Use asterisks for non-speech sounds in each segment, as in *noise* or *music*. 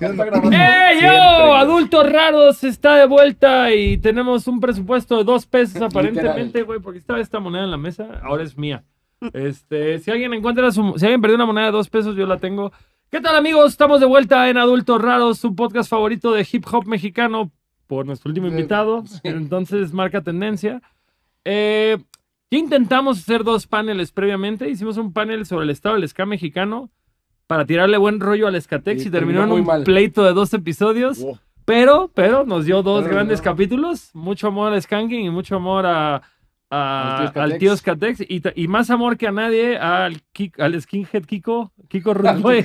¡Ey, ¡Eh, yo! Adultos raros está de vuelta y tenemos un presupuesto de dos pesos aparentemente, güey, porque estaba esta moneda en la mesa, ahora es mía. Este, si alguien encuentra su, si alguien perdió una moneda de dos pesos, yo la tengo. ¿Qué tal, amigos? Estamos de vuelta en Adultos Raros, su podcast favorito de hip hop mexicano por nuestro último Sí. invitado. Entonces, marca tendencia. Eh, ya intentamos hacer dos paneles previamente. Hicimos un panel sobre el estado del ska mexicano para tirarle buen rollo al Escatex y, Y terminó terminó en muy un mal. pleito de dos episodios. Wow. Pero, pero nos dio dos Pero grandes no. capítulos. Mucho amor al Skanking y mucho amor a, a- Al tío al Skatex. tío Skatex. Y, ta- y más amor que a nadie al, Ki- al skinhead Kiko, Kiko *laughs* *laughs* Rufoy,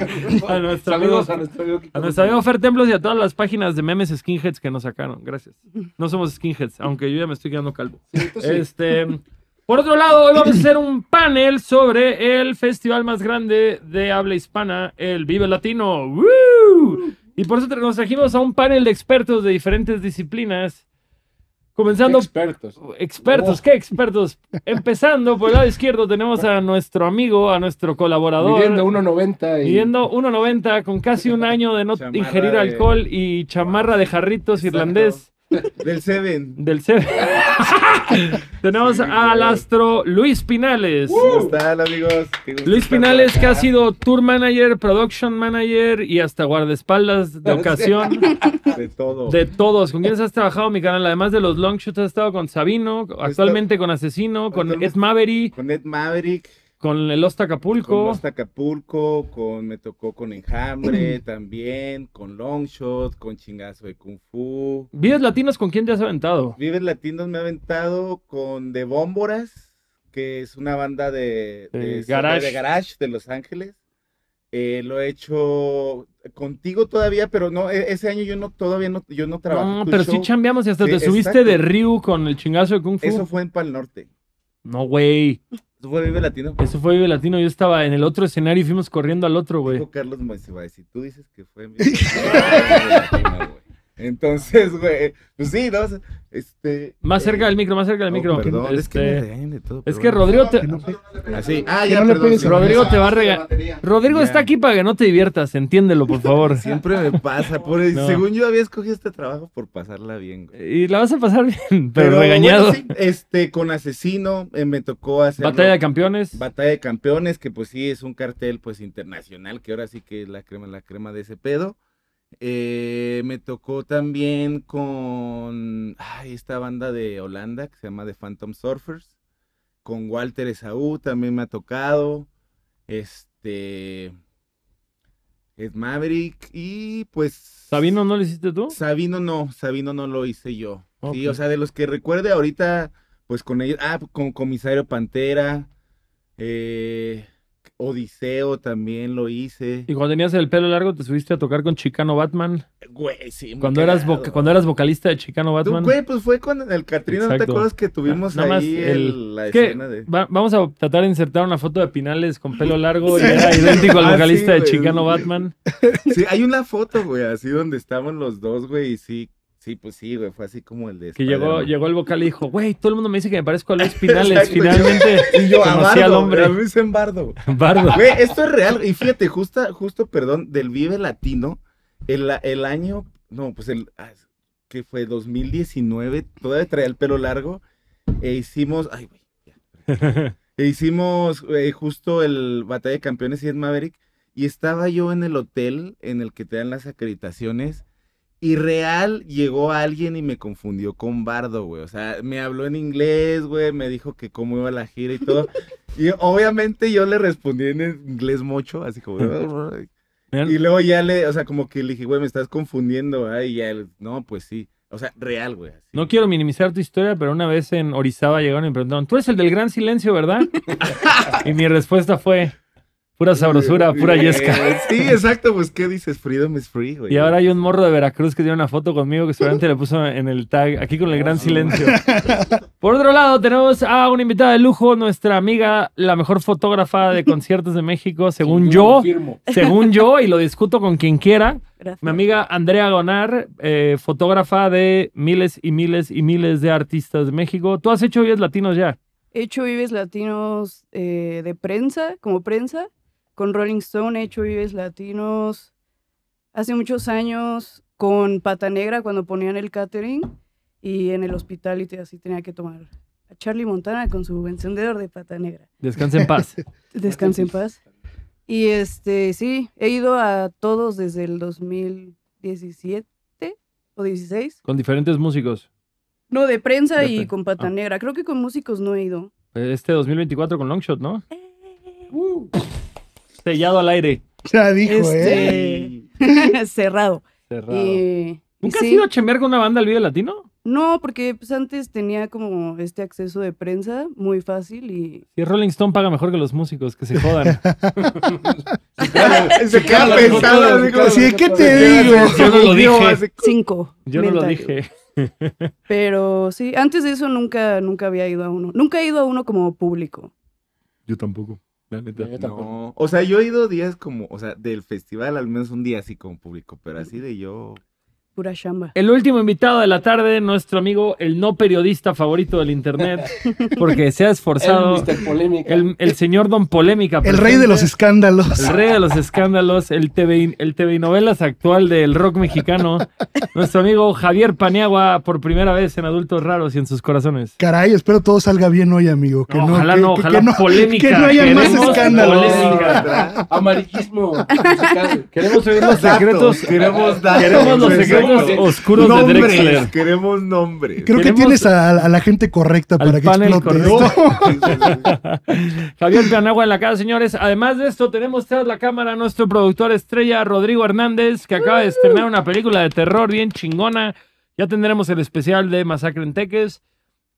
a nuestro amigo, Saludos a nuestro amigo. Kiko. a nuestro amigo Fer Templos y a todas las páginas de memes skinheads que nos sacaron. Gracias. No somos skinheads, aunque yo ya me estoy quedando calvo. Sí, tú sí. Este, por otro lado, hoy vamos a hacer un panel sobre el festival más grande de habla hispana, el Vive Latino. ¡Woo! Y por eso tra- nos trajimos a un panel de expertos de diferentes disciplinas, comenzando Expertos. expertos, Oh. ¿qué expertos? Empezando por el lado izquierdo tenemos a nuestro amigo, a nuestro colaborador. Midiendo 1.90 y... Midiendo 1.90 con casi un año de no Chamarra ingerir de- alcohol y chamarra de jarritos Exacto. irlandés. Del Seven. Del *laughs* CEP. Tenemos Sí, al güey. astro Luis Pinales. ¿Cómo están, amigos? Qué gusto Luis estar Pinales, por que ha acá. sido tour manager, production manager y hasta guardaespaldas de *laughs* ocasión De todo. de todos. ¿Con quiénes has trabajado, mi canal? Además de los long shoots, has estado con Sabino, actualmente con Asesino, con Ahorita- Ed Mavery, Con Ed Maverick, con El Osta con Acapulco. Hasta Acapulco, con me tocó con Enjambre Mm. también, con Longshot, con Chingazo de Kung Fu. Vives Latinos, ¿con quién te has aventado? Vives Latinos me ha aventado con De Bómboras, que es una banda de, De de- garage. de garage de Los Ángeles. Eh, lo he hecho contigo todavía, pero no, e- ese año yo no, todavía no, yo no trabajé. No, tu pero sí show. chambeamos y hasta Sí, te subiste exacto. de Ryu con el chingazo de Kung Fu. Eso fue en Pal Norte. No, güey. Eso fue Vive Latino. Eso fue Vive Latino. Yo estaba en el otro escenario y fuimos corriendo al otro, güey. Dijo Carlos Monsiváis, si tú dices que fue pues, en Vive- güey. Entonces, güey, pues sí, ¿no? Este, Más cerca del micro, más cerca del oh, micro. perdón, es que me Este, regañan de todo. es pero que bueno. Ah, Rodrigo te- Así, ah, Que ya, no le perdón, pegues sí. a Rodrigo te va a regañar. Rodrigo Ya. está aquí para que no te diviertas, entiéndelo, por *laughs* favor. Siempre me pasa, por el- No. según yo había escogido este trabajo por pasarla bien, güey. Y la vas a pasar bien, *laughs* pero, regañado. bueno, sí, este, con Asesino, eh, me tocó hacer Batalla de campeones. Batalla de Campeones, que pues sí es un cartel pues internacional, que ahora sí que es la crema, la crema de ese pedo. Eh, me tocó también con ay, esta banda de Holanda que se llama The Phantom Surfers. Con Walter Esaú también me ha tocado. Este. Ed Maverick. Y pues. Sabino, ¿no lo hiciste tú? Sabino no, Sabino no lo hice yo. Sí, Ok. o sea, de los que recuerde ahorita, pues con ellos, ah, con Comisario Pantera, eh, Odiseo también lo hice. Y cuando tenías el pelo largo te subiste a tocar con Chicano Batman. Güey, sí, muy Cuando eras, cagado. voca- cuando eras vocalista de Chicano Tú, Batman. güey, pues fue con el Catrina, ¿no te Exacto. Ah, acuerdas que tuvimos Nada más ahí el- el- la Es que escena *laughs* de... va- vamos a tratar de insertar una foto de Pinales con pelo largo y *laughs* era idéntico al Ah, sí, vocalista de güey. Chicano Batman. Sí, hay una foto, güey, así donde estaban los dos, güey, y sí, sí, pues sí, güey, fue así como el de... Que llegó, Spider-Man. llegó el vocal y dijo, güey, todo el mundo me dice que me parezco a *laughs* Luis Pinales. Exacto, yo- Finalmente Y yo, a conocí al Bardo, hombre. a mí se embardo. *laughs* Bardo. Güey, esto es real. Y fíjate, justa, justo, perdón, del Vive Latino, el, el año, no, pues el, ah, que fue 2019, todavía traía el pelo largo, e hicimos, ay, güey, ya. E hicimos eh, justo el Batalla de Campeones y es Maverick, y estaba yo en el hotel en el que te dan las acreditaciones, y real llegó alguien y me confundió con Bardo, güey. O sea, me habló en inglés, güey, me dijo que cómo iba la gira y todo. Y obviamente yo le respondí en inglés mocho, así como... "Oh, Y luego ya le, o sea, como que le dije, güey, me estás confundiendo, ¿verdad? Y ya él, no, pues sí. O sea, real, güey. así. No quiero minimizar tu historia, pero una vez en Orizaba llegaron y me preguntaron, tú eres el del gran silencio, ¿verdad? y mi respuesta fue, pura sabrosura, pura yesca. Eh, Sí, exacto, pues, ¿qué dices? Freedom is free, güey. Y ahora hay un morro de Veracruz que tiene una foto conmigo que seguramente le puso en el tag, aquí con el gran silencio. Por otro lado, tenemos a una invitada de lujo, nuestra amiga, la mejor fotógrafa de conciertos de México, según yo, Confirmo. según yo, y lo discuto con quien quiera, Gracias. Mi amiga Andrea Gonar, eh, fotógrafa de miles y miles y miles de artistas de México. Tú has hecho videos latinos ya. He hecho vives latinos eh, de prensa, como prensa, con Rolling Stone, he hecho vives latinos hace muchos años con Pata Negra cuando ponían el catering y en el hospital y te- así tenía que tomar a Charlie Montana con su encendedor de Pata Negra. Descansa en paz. Descanse en paz. Y este, sí, he ido a todos desde el 2017 o 16. Con diferentes músicos. No, de prensa De y prensa. con Pata Ah. Negra. Creo que con músicos no he ido. Este 2024 con Longshot, ¿no? Sellado al aire. Ya dijo, ¿eh? Este, *laughs* cerrado. Cerrado. Y, ¿Nunca sí. has ido a chambear con una banda al Vive Latino? No, porque pues, antes tenía como este acceso de prensa muy fácil y... Si Rolling Stone paga mejor que los músicos, que se jodan. Se queda Claro, pensado. claro, así como, Así de, ¿qué ¿qué te digo? haces? Yo no lo Digo, dije. así- Cinco. Yo no lo mental. dije. Pero sí, antes de eso nunca, nunca había ido a uno. Nunca he ido a uno como público. Yo tampoco. La neta. Yo tampoco. No, o sea, yo he ido días como, o sea, del festival al menos un día así como público, pero así de yo. Pura chamba. El último invitado de la tarde, nuestro amigo, el no periodista favorito del internet, porque se ha El esforzado. Mr. Polémica. El, el señor Don Polémica. El rey de los presente, escándalos. El rey de los escándalos, el TV, el TV novelas actual del rock *laughs* mexicano, nuestro amigo Javier Paniagua, por primera vez en Adultos Raros y en sus corazones. Caray, espero todo salga bien hoy, amigo. Que No, no, ojalá que, no, que- ojalá pues. que no, polémica. que no haya más Queremos escándalos. Polémica. Amarillismo. musical. *laughs* Queremos oír los Datos, secretos. queremos datos. Queremos los secretos Queremos nombres. oscuros de Drexler. Queremos nombres. Creo que Queremos- tienes a, a la gente correcta Al para que panel explote correcto. esto. Javier Paniagua en la casa, señores. Además de esto, tenemos tras la cámara a nuestro productor estrella, Rodrigo Hernández, que acaba de estrenar una película de terror bien chingona. Ya tendremos el especial de Masacre en Teques.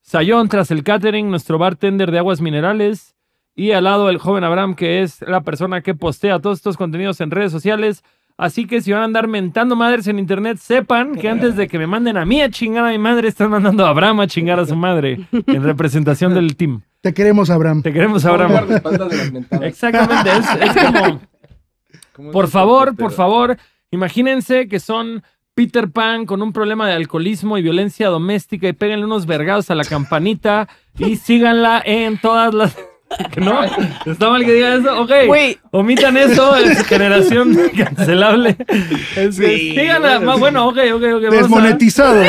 Sayón tras el catering, nuestro bartender de aguas minerales. Y al lado el joven Abraham, que es la persona que postea todos estos contenidos en redes sociales. Así que si van a andar mentando madres en internet, sepan que antes de que me manden a mí a chingar a mi madre, están mandando a Abraham a chingar a su madre en representación del team. Te queremos, Abraham. Te queremos, Ponle Abraham. la espalda de las mentadas. Exactamente, es, es como, por favor, por favor, imagínense que son Peter Pan con un problema de alcoholismo y violencia doméstica y péguenle unos vergados a la campanita y síganla en todas las... *laughs* ¿Que ¿No? ¿Está mal que diga eso? Ok, Güey, omitan eso, es generación cancelable. Es que Sí, síganla, bueno, más- bueno, ok, ok, ok. vamos a- Desmonetizado.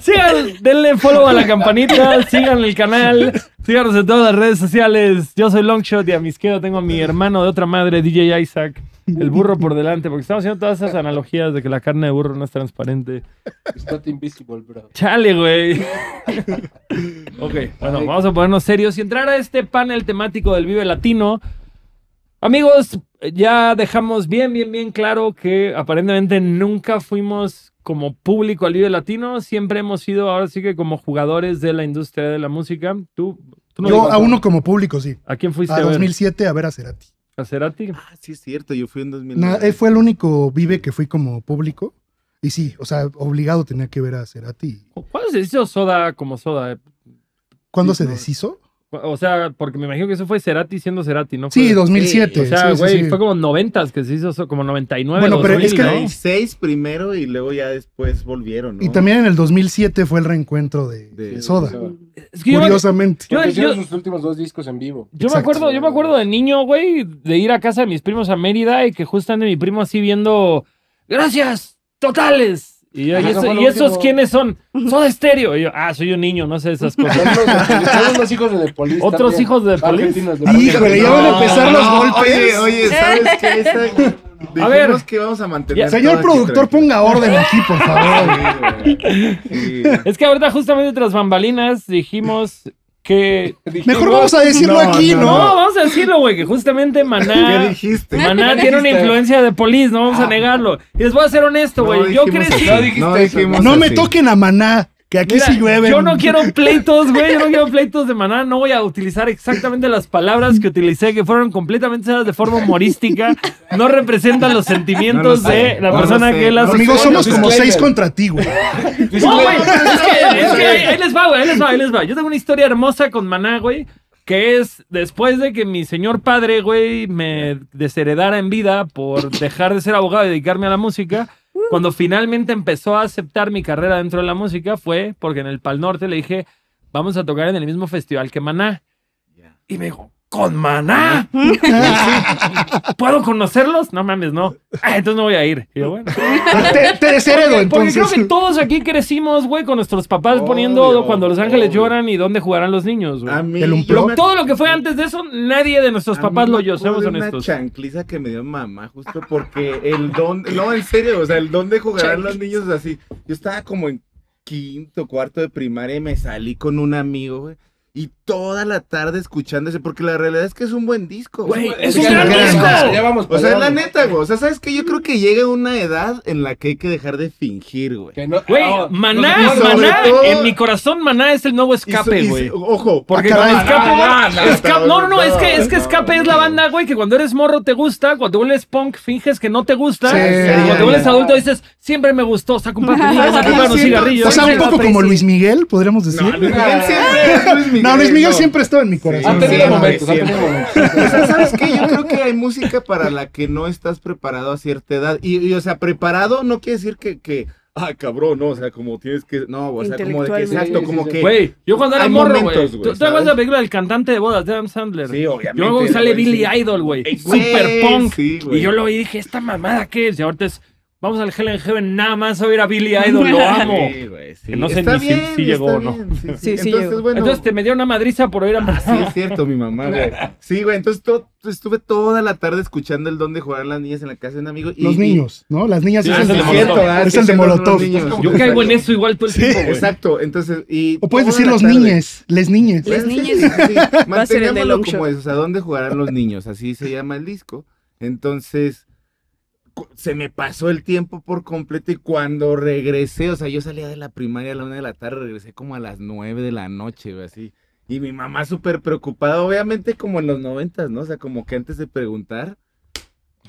Sigan, denle follow a la campanita, sigan el canal, síganos en todas las redes sociales. Yo soy Longshot y a mi izquierda tengo a mi hermano de otra madre, DJ Isaac, el burro por delante, porque estamos haciendo todas esas analogías de que la carne de burro no es transparente. It's not invisible, bro. Chale, *laughs* güey. ok, bueno, vamos a ponernos serios y entrar a este panel temático del Vive Latino. Amigos, ya dejamos bien, bien, bien claro que aparentemente nunca fuimos como público al Vive Latino. Siempre hemos sido, ahora sí que como jugadores de la industria de la música. Tú, tú no Yo ibas a uno como público, sí. ¿A quién fuiste A a, ver? 2007 a ver a Cerati. ¿A Cerati? Ah, sí, es cierto, yo fui en 2000. Na- él fue el único vive que fui como público. Y sí, o sea, obligado tenía que ver a Cerati. ¿Cuándo se hizo Soda como Soda? eh? ¿Cuándo Sí, se no. deshizo? O sea, porque me imagino que eso fue Cerati siendo Cerati, ¿no? Sí, Fue- 2007. eh, O sea, sí, sí, güey, sí. fue como 90 que se hizo so- como 99. Bueno, pero es que- 2000, ¿no? 6 primero y luego ya después volvieron, ¿no? Y también en el 2007 fue el reencuentro de, De- de Soda. Es que yo, me- Curiosamente. Yo- Porque hicieron yo- sus últimos dos discos en vivo. yo me Exacto. acuerdo, yo me acuerdo de niño, güey, de ir a casa de mis primos a Mérida y que justamente mi primo así viendo, gracias, totales. Y, yo, Ajá, eso "¿Y eso- fue lo ¿y esos último. quiénes son? Son estéreo. Y yo, ah, soy un niño, no sé Pues esas *laughs* Son cosas. los, son los hijos de The Police. Otros también. hijos de The Police. Argentinos de Híjole, ya van a empezar los golpes. Oye, oye, ¿sabes qué? *laughs* Esa... A ver. Dijimos que vamos a mantener. Señor todo aquí productor, tranquilo. ponga orden aquí, por favor. *laughs* Sí, güey. Sí. es que ahorita justamente tras bambalinas dijimos que... Mejor vamos a decirlo No, aquí, no, ¿no? No, vamos a decirlo, güey, que *laughs* justamente Maná... ¿Qué dijiste? Maná ¿Qué tiene una dijiste? influencia de polis, no Ah. vamos a negarlo. Y les voy a ser honesto, güey. yo dijimos crecí. eso, No dijiste no eso, dijimos No me así. toquen a Maná, que aquí Mira, sí llueve. Yo no quiero pleitos, güey. Yo no quiero pleitos de maná. No voy a utilizar exactamente las palabras que utilicé, que fueron completamente usadas de forma humorística. No representan los sentimientos No lo sé, de la no lo persona sé. que las. No, Amigos, Bueno, somos como disclaimer. seis contra ti, güey. No, güey. Es que, es que ahí, ahí les va, güey. Ahí les va, ahí les va. Yo tengo una historia hermosa con maná, güey. Que es después de que mi señor padre, güey, me desheredara en vida por dejar de ser abogado y dedicarme a la música. Cuando finalmente empezó a aceptar mi carrera dentro de la música fue porque en el Pal Norte le dije, vamos a tocar en el mismo festival que Maná. Ya. Y me dijo, con maná. Ah, ¿Puedo conocerlos? No mames, no. Ah, entonces no voy a ir. Y yo, bueno. Te, te desheredo, Porque entonces. creo que todos aquí crecimos, güey, con nuestros papás poniendo Obvio, cuando los ángeles obvio. lloran y dónde jugarán los niños, güey. A mí, El yo me- Todo lo que fue antes de eso, nadie de nuestros a papás mí lo me oyó, acuerdo seamos de Una honestos. chancliza que me dio mamá, justo porque el don. No, en serio, o sea, el don de jugar a los niños es así. Yo estaba como en quinto, cuarto de primaria y me salí con un amigo, güey. Y toda la tarde escuchándose, porque la realidad es que es un buen disco. Güey, es Ya un gran vamos, disco. Ya vamos O sea, es para la allá, neta, güey. O sea, ¿sabes qué? Yo creo que llega una edad en la que hay que dejar de fingir, güey. Que no- Güey, no, maná, y sobre maná, todo- en mi corazón maná es el nuevo Y so- escape, y- güey. Ojo, Porque Ah, no, caray. escape, Ah, no, no, Esca- no, no, no, no, es que, es que no, escape es la no. banda, güey, que cuando eres morro te gusta, cuando te vuelves punk finges que no te gusta, Sí, y cuando ya, te vuelves ya. adulto dices, siempre me gustó, saca un papelillo, saca un par de Sí, cigarrillos. Ah, O sea, un Siempre lo poco como aprecio. Luis Miguel, podríamos decir. No, Luis Miguel siempre es Luis Miguel. *laughs* No, Luis Miguel no. siempre estuvo en mi corazón. Han tenido Sí, momentos, han siempre. tenido momentos. O sea, ¿sabes qué? Yo creo que hay música para la que no estás preparado a cierta edad. Y, y, o sea, preparado no quiere decir que, que, ah, cabrón, no, o sea, como tienes que, no, o sea, como de que, Intelectualmente. exacto, Sí, como sí, sí. que, Güey, yo cuando era Eh, Hay morro, güey, momentos, ¿tú- güey, ¿tú te acuerdas de ¿sabes? la película del cantante de bodas de Adam Sandler? sí, obviamente. Yo me acuerdo que sale güey, Billy sí. Idol, güey. Ey, güey, Super punk. sí, güey. y yo lo vi y dije, ¿esta mamada qué es? Y ahorita es, vamos al Hell and Heaven, nada más a oír a Billy Idol, lo amo. Sí, güey, sí. Que no sé Está ni si- bien, si llegó está o no. bien, Sí, sí. Sí, sí Entonces, llegó. bueno, Ah, Entonces te me dio una madriza por oír a Sí, es cierto, mi *laughs* mamá, güey. Sí, güey, entonces todo- estuve toda la tarde escuchando el don de jugar las niñas en la casa de un amigo. Y, Los y- niños, ¿no? Las niñas Sí, Ah, es es el el de de Molotov. Molotov. Es el de Molotov. Yo caigo en eso igual todo el Sí. tiempo, güey. Exacto, entonces, y... O puedes toda decir la los tarde. niñes, les niñes. Les Sí, niñes. sí, sí. Va a ser el Mantengámoslo de Long como Shot. eso, o sea, ¿dónde jugarán los niños? Así se llama el disco. Entonces, cu- se me pasó el tiempo por completo y cuando regresé, o sea, yo salía de la primaria a la una de la tarde, regresé como a las nueve de la noche, güey, así. Y mi mamá súper preocupada, obviamente como en los noventas, ¿no? O sea, como que antes de preguntar, *laughs*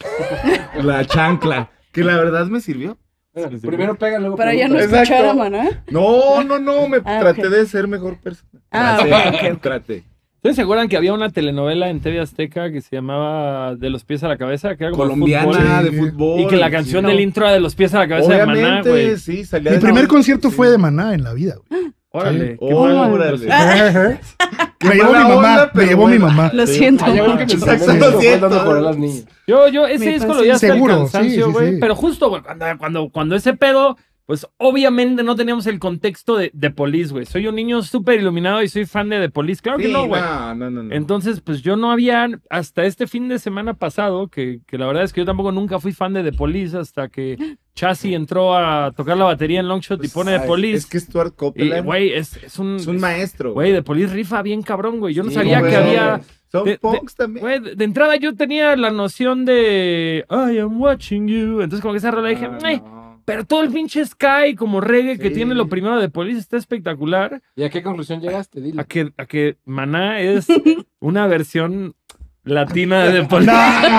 la chancla, que la verdad me sirvió. Bueno, Primero pega, luego Para ya no pregunta. Exacto. escuchar a Maná. No, no, no, me Ah, traté ok. de ser mejor persona. Ah, Traté, ok, ok, ok. traté. ¿Ustedes se acuerdan que había una telenovela en TV Azteca que se llamaba De los pies a la cabeza? Que era como de fútbol? Colombiana, de Sí. fútbol. Y que la canción sí. del intro era de los pies a la cabeza de Maná, Obviamente, güey. sí, salía Mi de- primer no, concierto sí. fue de Maná en la vida. güey. Órale. qué Órale. mal, güey. Me llevó mi mala mamá, onda, me pero llevó mi bueno. mamá. Lo siento. Ah, ya ven que mi Exacto, primer disco fue el siento. Donde Jugarán las niñas. Yo, yo, ese Me disco lo parece vi hasta Seguro, el cansancio, sí, sí, güey. sí. Pero justo, güey, cuando, cuando, cuando ese pedo, pues obviamente no teníamos el contexto de, de Police, güey. Soy un niño súper iluminado y soy fan de The Police. Claro que Sí, no, güey. No, no, no, no. Entonces, pues yo no había, hasta este fin de semana pasado, que, que la verdad es que yo tampoco nunca fui fan de The Police hasta *gasps* que Chassis entró a tocar la batería en Longshot y Pues, pone The ay, Police. es que Stuart Y, Copeland güey, es, es un... es un maestro. Güey, The Police rifa bien cabrón, güey. Yo no Sí, sabía güey. que había... Son de- de- punks también. Güey, de, de entrada yo tenía la noción de... I am watching you. Entonces como que esa rola dije... Ah, "Ay". no. Pero todo el pinche Sky como reggae que Sí. tiene lo primero de The Police está espectacular. ¿Y a qué conclusión llegaste? Dile. a que, a que Maná es *laughs* una versión latina de Pol- *laughs*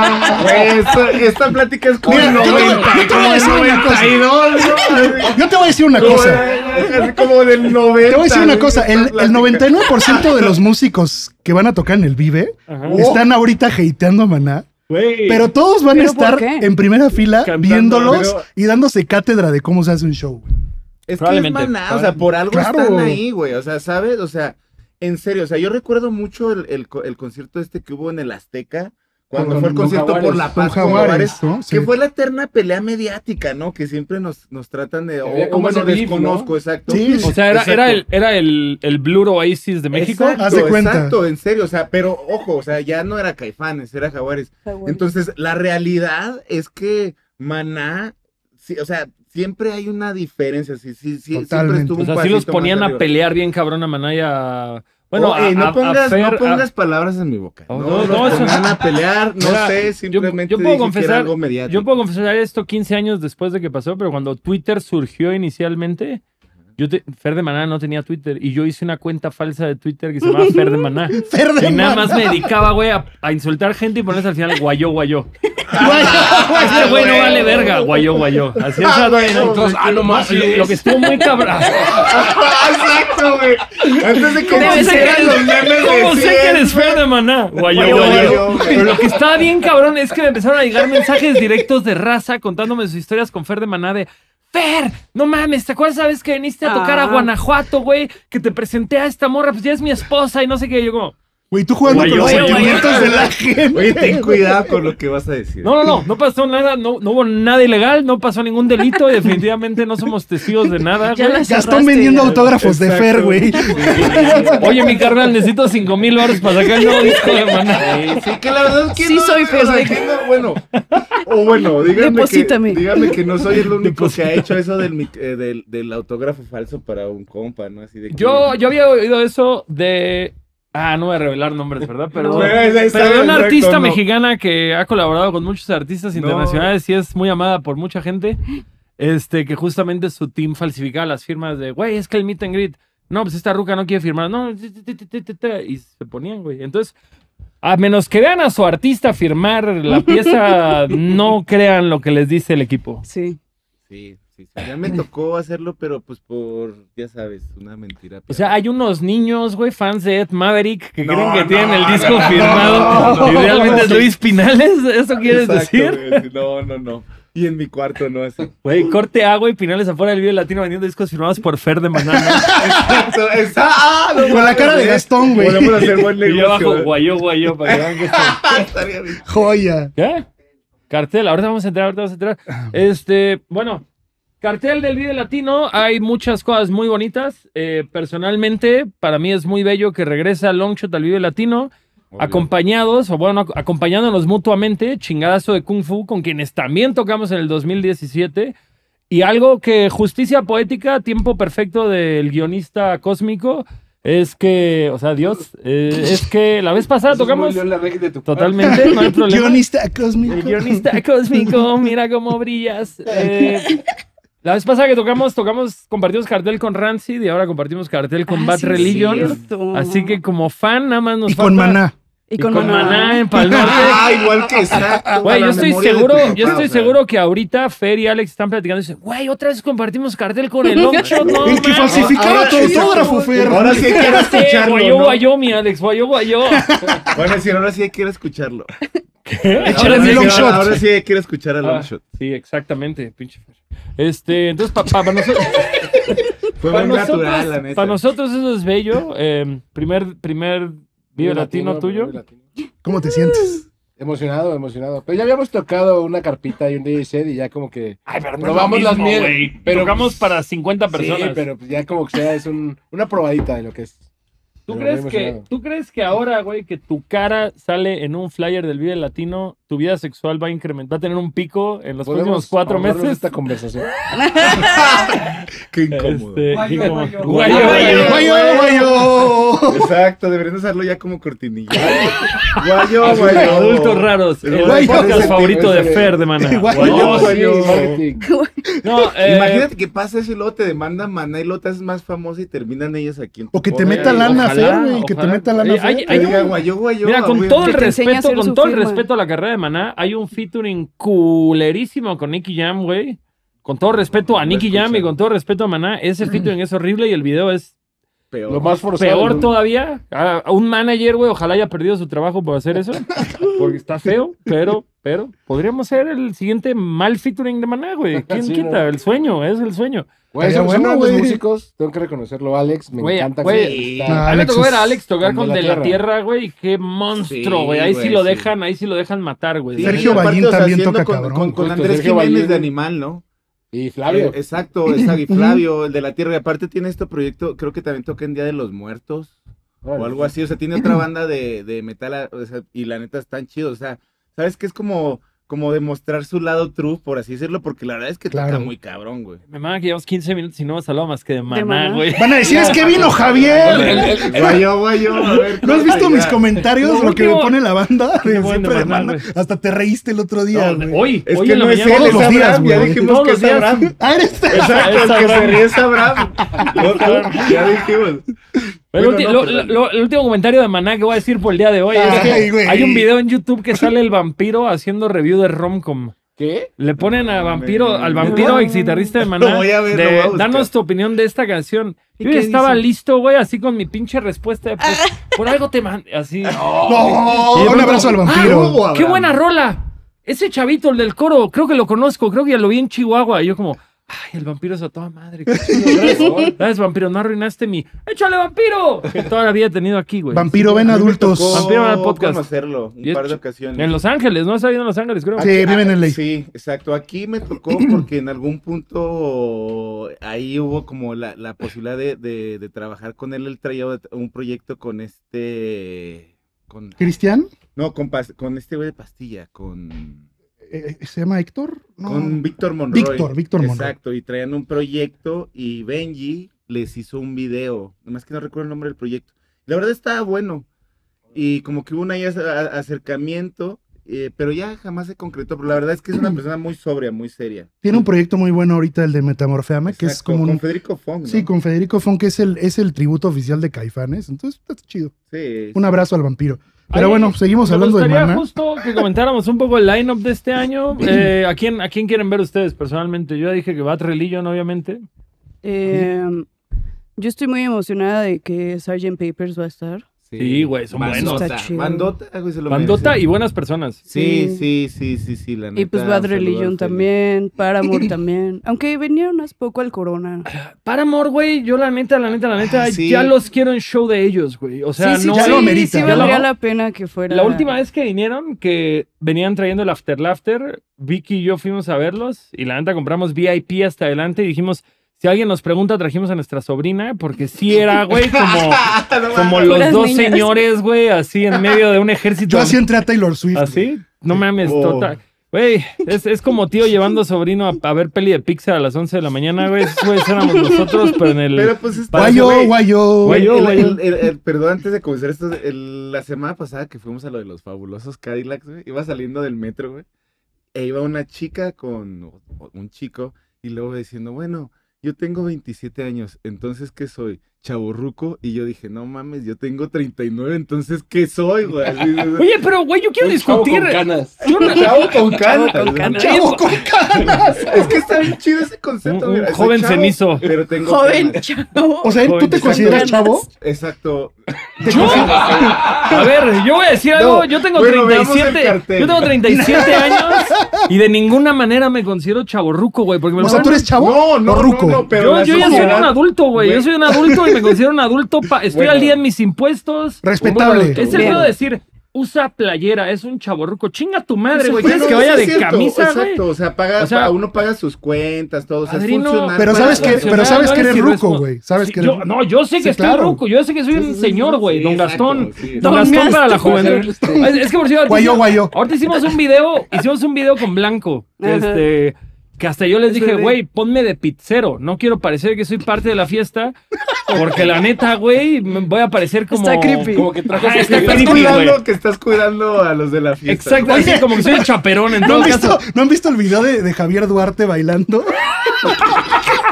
Güey, esta, esta plática es como Mira, yo te voy- yo te voy a decir una cosa. 92, ¿no? Así- Yo te voy a decir una como, cosa. de- así como del 90. Te voy a decir una güey, cosa. esta El, el plática. 99% *laughs* de los músicos que van a tocar en el Vive Ajá. Oh. están ahorita hateando a Maná. Güey. Pero todos van a ¿Pero por estar qué? en primera fila Cantando, viéndolos pero- y dándose cátedra de cómo se hace un show. güey. Es que es Probablemente, maná, o sea, por algo Claro. están ahí, güey. O sea, ¿sabes? O sea, en serio, o sea, yo recuerdo mucho el, el co- el concierto este que hubo en el Azteca, cuando Con- fue el con concierto por Jaguares. la Con paz con Jaguares, jaguares, ¿no? Sí. *laughs* que fue la eterna pelea mediática, ¿no? Que siempre nos, nos tratan de, o, había o como bueno, ese beef, ¿no? desconozco, exacto. Sí, o sea, era, Exacto. era el, era el, el Blur Oasis de México. Exacto, Haz de cuenta. exacto, en serio, o sea, pero ojo, o sea, ya no era Caifanes, era Jaguares. Entonces, la realidad es que Maná, sí, o sea, siempre hay una diferencia. Sí, sí, sí, siempre Totalmente. estuvo O un sea, así los pasito más ponían a arriba. pelear bien cabrón a Maná y a... Bueno, Oh, eh, a- no a- a pongas, Fer, no a- pongas palabras en mi boca. Oh, No, no, no, no, eso- pongan a pelear, no Mira, yo- sé, simplemente yo puedo dije que era confesar- algo mediático. Yo puedo confesar esto 15 años después de que pasó, pero cuando Twitter surgió inicialmente, yo te- Fer de Maná no tenía Twitter y yo hice una cuenta falsa de Twitter que se llamaba Fer de Maná. Fer de Y nada Maná. más me dedicaba, güey, a, a insultar gente y ponerse al final guayó, guayó. Güey, Este güey no vale verga, guayó, guayó. Así es. Ah, güey, no, Entonces, ah, no más. Lo, lo que estuvo muy cabrón. Exacto, güey. Antes de que ¿Cómo me sé hicieran que- los memes de ¿Cómo sé que 100, eres Fer de Maná? Guayó, Guayó, guayó. guayó, güey. Pero lo que estaba bien cabrón es que me empezaron a llegar mensajes directos de raza contándome sus historias con Fer de Maná de. Fer, no mames, ¿te acuerdas sabes que viniste a tocar a Ah. Guanajuato, güey? Que te presenté a esta morra, pues ya es mi esposa y no sé qué. Y yo como, Güey, tú jugando Güey, con los oye, oye, sentimientos de la gente. *laughs* Oye, ten cuidado con lo que vas a decir. No, no, no, no pasó nada, no, no hubo nada ilegal, no pasó ningún delito y definitivamente no somos testigos de nada. *laughs* Ya güey. la Gastón cerraste. vendiendo autógrafos de Exacto. Fer, *laughs* güey. Oye, mi carnal, necesito 5 mil baros para sacar el nuevo disco de maná. Sí, sí, que la verdad es que Sí no, soy o sea, perfecta. que no, bueno, o bueno, díganme que, Deposítame. díganme que no soy el único que ha hecho eso del, mic- eh, del, del autógrafo falso para un compa, ¿no? Así de que- Yo, yo había oído eso de. Ah, no voy a revelar nombres, ¿verdad? Pero, No. pero Pero esa- esa- de una exacto, artista no. mexicana que ha colaborado con muchos artistas No. internacionales y es muy amada por mucha gente. Este, que justamente su team falsificaba las firmas de, güey, es que el meet and greet. No, pues esta ruca no quiere firmar. No, ti, ti, ti, ti, ti, ti, ti", y se ponían, güey. Entonces, a menos que vean a su artista firmar la *laughs* pieza, no crean lo que les dice el equipo. Sí. Sí, sí, sí, ya me tocó hacerlo, pero pues por, ya sabes, una mentira. O sea, hay unos niños, güey, fans de Ed Maverick que No, creen que no, tienen el no, disco no, firmado. no, no, Idealmente es sí. Luis Pinales, ¿eso quieres Exacto, decir? güey, sí, No, no, no. Y en mi cuarto, no, así. Güey, corte agua y Pinales afuera del video latino vendiendo discos firmados por Fer de Maná. Exacto, exacto. Ah, no, Con la cara de güey. Gastón, güey. Podemos hacer buen ¿no? Y yo negocio. abajo, güey. guayó, guayó, para que vean que está- Estaría bien. Joya. ¿Qué? Cartel, ahorita vamos a entrar, ahorita vamos a entrar. Este, bueno, cartel del video latino, hay muchas cosas muy bonitas. Eh, personalmente, para mí es muy bello que regresa Longshot al video latino. acompañados, o bueno, ac- acompañándonos mutuamente, chingadazo de Kung Fu, con quienes también tocamos en el 2017. Y algo que justicia poética, tiempo perfecto del guionista cósmico, es que, o sea, Dios, eh, es que la vez pasada tocamos totalmente, *laughs* no hay problema. Guionista cósmico. El guionista cósmico, mira cómo brillas. Eh, la vez pasada que tocamos, tocamos, compartimos cartel con Rancid y ahora compartimos cartel con Ah, Bad sí, Religion. cierto. Así que como fan, nada más nos Y con falta- Maná. Y con, con, Maná Maná. en *laughs* Pal Norte. Ah, igual que exacto. Güey, la yo estoy memoria de tu seguro, papá, yo estoy o sea. seguro que ahorita Fer y Alex están platicando y dicen, güey, otra vez compartimos cartel con el Longshot, no El que mames". falsificaba Ahora tu sí, autógrafo, Fer. Ahora sí *laughs* quiero Sí, escucharlo. guayó, ¿no? guayó, mi Alex, guayó, guayó. Bueno, sí, ahora sí quiero escucharlo. Échale Ahora mi sí, long ahora- shot. Ahora sí quiero escuchar a Ah, Longshot. Sí, exactamente, pinche Fer. Este, entonces, pa- pa- para nosotros, Fue para muy nosotros, natural, la neta. para nosotros eso es bello. eh, primer, primer video latino, tuyo. ¿Cómo te sientes? Emocionado, emocionado. Pero ya habíamos tocado una carpita y un DJ set y ya como que. Ay, pero no es lo Probamos mismo, las mieles, güey. pero- Tocamos para 50 personas. Sí, pero pues ya como que sea, es un- una probadita de lo que es. ¿Tú Pero crees, muy que, emocionado. ¿Tú crees que ahora, güey, que tu cara sale en un flyer del Vive Latino, tu vida sexual va a incrementar, va a tener un pico en los próximos cuatro ahorrarnos meses? esta *laughs* conversación. Qué incómodo. Este, y como- guayo, Guayo, guayo. guayo. ¡Guayo, *laughs* guayo! Exacto, deberían usarlo ya *laughs* como cortinilla. Guayo, Guayo. guayo. Adultos raros. El Guayo. podcast Guayo. favorito de Guayo. Fer de Maná. Guayo. Guayo. No, sí, Guayo. marketing. No, eh, Imagínate que pasa eso y luego te demandan maná y luego te haces más famosa y terminan ellas aquí. en tu O que te podcast. meta Ojalá, lana, eh, ojalá. Fer, güey. Que te meta lana, Eh, hay- Fer. Que hay diga un- guayo, guayo. Mira, a con huevo. todo el Que te enseñe a respeto, hacer con su todo el firma. respeto a la carrera de Maná, hay un featuring culerísimo con Nicky Jam, güey. Con todo respeto a Lo he Nicky Jam y escuchado. con todo respeto a Maná, *clears throat* ese featuring es horrible y el video es Peor. Lo más forzado. Peor ¿no? todavía, a a un manager, güey, ojalá haya perdido su trabajo por hacer eso, porque está feo, pero, pero, podríamos ser el siguiente mal featuring de Maná, güey. ¿Quién Sí, quita? ¿no? El sueño, es el sueño. Güey, Estaría son, bueno, son grandes güey. músicos, tengo que reconocerlo, Alex, me Güey, encanta. güey. güey. Ah, a mí me Alex tocó ver a es- Alex tocar con De la Tierra. Tierra, güey, qué monstruo, Sí, güey. Ahí sí güey, lo sí. dejan, ahí sí lo dejan matar, güey. Sí, Sergio y aparte, Ballín o sea, también haciendo toca con, cabrón. Con, con Justo, Andrés Sergio Jiménez Ballín. de Animal, ¿no? Y Flavio. Eh, Exacto, exacto. Y Flavio, el de la Tierra. Y aparte tiene este proyecto, creo que también toca en Día de los Muertos. o algo así. O sea, tiene otra banda de, de metal a- o sea, y la neta están chidos. O sea, ¿sabes qué? Es como, como demostrar su lado true, por así decirlo, porque la verdad es que toca Claro. muy cabrón, güey. Me mama que llevamos 15 minutos y no hemos hablado más que de Maná, Maná. güey. Van a decir, es que vino Javier. Guayo, guayo, a ver, ¿No has visto mis ya. comentarios? Lo Lo, que me último- pone la banda me de ponen de siempre de maná, mano. güey. Hasta te reíste el otro No, día, güey. hoy, Es hoy que en la no es mañana. él, es Todos los días, Abraham. Ya güey. dijimos Todos que los es días. *laughs* Abraham. Ah, eres... Exacto, Es el que se Abraham. ríe es Abraham. Ya dijimos. Pero Bueno, ulti- no, lo- perdón. lo- el último comentario de Maná que voy a decir por el día de hoy es que Ay, güey. hay un video en YouTube que sale el vampiro haciendo review de Romcom. ¿Qué? Le ponen a No, vampiro, hombre. al vampiro ex guitarrista de Maná. Lo voy a ver, de, lo voy a buscar. danos tu opinión de esta canción. ¿Y Yo qué ya estaba dice? listo, güey, así con mi pinche respuesta. de, pues, por algo te mandé. Así. Ah, Oh. Y de No, un pronto, abrazo Ah, al vampiro. ¡Qué buena rola! Ese chavito, el del coro, creo que lo conozco, creo que ya lo vi en Chihuahua. Y yo, como, Ay, el vampiro es a toda madre. qué chido, Gracias, gracias, vampiro. No arruinaste mi. ¡Échale, vampiro! Que toda la vida he tenido aquí, güey. Vampiro, ven A mí me adultos. tocó Vampiro al podcast. conocerlo un Y es par de ch- ocasiones. En Los Ángeles, ¿no? Has salido en Los Ángeles, creo. Sí, viven en ah, ley. Sí, exacto. Aquí me *clears throat* tocó porque en algún punto ahí hubo como la, la posibilidad de, de- de trabajar con él. Él traía ot- un proyecto con este. Con, ¿Cristian? no, con, pas- con este güey de pastilla, con. eh, ¿Se llama Héctor? No. Con Víctor Monroy. Víctor, Víctor Monroy. Exacto, y traían un proyecto y Benji les hizo un video. Nomás que no recuerdo el nombre del proyecto. La verdad estaba bueno. Y como que hubo un ahí ac- a- acercamiento, eh, pero ya jamás se concretó. Pero la verdad es que es *clears throat* una persona muy sobria, muy seria. Tiene un proyecto muy bueno ahorita, el de Metamorfeame, que es Exacto, como un... Con Federico Fong, ¿no? Sí, con Federico Fon, que es el, es el tributo oficial de Caifanes. Entonces, está chido. Sí, Un abrazo al vampiro. Pero Ay, bueno, seguimos Me hablando de gustaría Maná. Pues justo que comentáramos un poco el lineup de este año. Eh, ¿a, quién, ¿A quién quieren ver ustedes personalmente? Yo ya dije que va Trellillo, obviamente. Eh, yo estoy muy emocionada de que Sgt. Papers va a estar. Sí, güey, son Bandota, buenos. Está chido. Bandota, güey, se lo Bandota merece. y buenas personas. Sí, sí, sí, sí, sí, la neta. Y pues un Bad saludo al Religion Feli. *laughs* también, *coughs* Paramore también. Aunque vinieron hace poco al Corona. Paramore, güey, yo la neta, la neta, la neta, Ah, sí. ya los quiero en show de ellos, güey. O sea, sí, sí, no ya hay- lo sí, sí amerita. Ya lo- valdría la pena que fuera. La última vez que vinieron, que venían trayendo el After Laughter, Vicky y yo fuimos a verlos y la neta compramos VIP hasta adelante y dijimos, si alguien nos pregunta, trajimos a nuestra sobrina, porque sí era, güey, como, Ah, como los Puras dos niñas. señores, güey, así en medio de un ejército. Yo así entré a Taylor Swift. ¿Así? No mames, Oh. total. Güey, es, es como tío llevando sobrino a, a ver peli de Pixar a las 11 de la mañana, güey. Esos güeyes éramos nosotros, pero en el... Pero pues está- Guayo, güey, guayo. Guayo. El- güey. el- el- *laughs* el- perdón, antes de comenzar esto, el- la semana pasada que fuimos a lo de los fabulosos Cadillacs, güey, iba saliendo del metro, güey, e iba una chica con o- o un chico y luego diciendo, bueno, yo tengo 27 años, entonces, ¿qué soy? Chaburruco, y yo dije, no mames, yo tengo 39, entonces, ¿qué soy, güey? Así, o sea, Oye, pero, güey, yo quiero Un chavo discutir... Con canas. Yo no- Chavo con canas. con güey. canas. Chavo con canas. Es que está bien chido ese Un, concepto. un mira, soy joven chavo, cenizo. Pero tengo Joven, canas. *laughs* chavo. O sea, ¿tú te Exacto. consideras chavo? Exacto. ¿Yo? *laughs* A ver, yo voy a decir algo. No, Yo tengo bueno, veamos el 37. cartel. Yo tengo *laughs* 37 años y de ninguna manera me considero chaborruco, güey. Porque me O sea, ponen- ¿tú eres chavo? No, no, ¿O no, ruco? no, pero Yo, la yo ya soy sociedad- un adulto, güey. Yo Güey. soy un adulto y me considero un adulto. *laughs* pa- Estoy Bueno. al día en mis impuestos. Respetable. Bueno, es el Bien. pedo de decir, usa playera, es un chaborruco. Chinga tu madre, Eso güey. fue- ¿Quieres no, que vaya sí de es cierto, camisa, güey? Exacto, o sea, paga, O sea, pa- uno paga sus cuentas, todo, o sea, es Padrino, funcional Pero para- sabes que- para- pero o sea, sabes no que eres eres ruco, irrespon- güey. Sabes Sí, que eres yo- ruco. No, yo sé que Sí, estoy claro. ruco. Yo sé que soy Sí, un sí, sí, señor, güey. sí, Don exacto, Gastón. sí. Don Don Gastón para la Gastón. juventud. Es, es que por cierto, ahorita Guayo, hicimos- guayo. Ahorita hicimos un video, hicimos un video con Blanco, Ajá. este, que hasta yo les Es dije, bebé. güey, ponme de pizzero, no quiero parecer que soy parte de la fiesta, porque la neta, güey, me voy a parecer como... Está creepy. Como que trajo Ajá, sus Ah, está ideas. Estás creepy, cuidando güey. que estás cuidando a los de la fiesta. Exacto, así como que soy el chaperón en ¿No todo han, caso. visto, ¿No han visto el video de, de Javier Duarte bailando?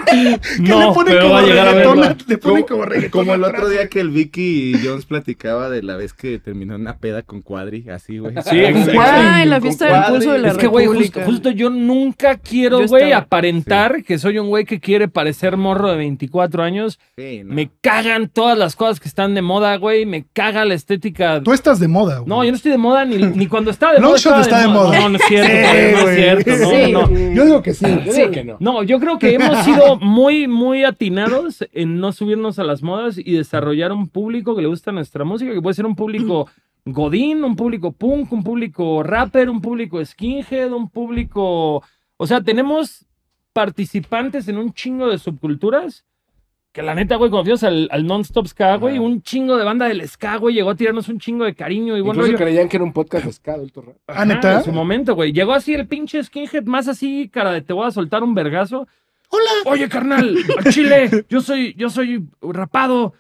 Que le No, ponen pero como va a llegar a reggaetón verlo. a- le ponen como Como, reggaetón como el otro atrás. día que el Vicky y Jones platicaba de la vez que terminó en una peda con Cuadri, así, güey. Sí, exacto. Ah, en la Con fiesta del cuadri. pulso de la Es que, güey, justo, República. justo yo nunca Yo quiero, güey, estaba. aparentar que soy un güey que quiere parecer morro de 24 años. Sí, no. Me cagan todas las cosas que están de moda, güey. Me caga la estética Tú estás de moda, güey. No, yo no estoy de moda *laughs* ni, ni cuando estaba de moda. Longshot estaba está de moda. No, no es cierto, Sí, no es güey. cierto. no, Sí. no, Ah, no. Yo digo que sí, yo Sí. digo que no. No, yo creo que hemos sido muy, muy atinados en no subirnos a las modas y desarrollar un público que le gusta nuestra música, que puede ser un público godín, un público punk, un público rapper, un público skinhead, un público... O sea, tenemos participantes en un chingo de subculturas que la neta, güey, confiamos al, al Non-Stop Ska, güey, Ajá. un chingo de banda del Ska, güey, llegó a tirarnos un chingo de cariño y bueno, Incluso creían que era un podcast de ska, adulto raro. Ah, ¿neta? en su momento, güey. Llegó así el pinche skinhead, más así, cara de te voy a soltar un vergazo. Hola. Oye, *laughs* carnal, al chile, yo soy, yo soy rapado,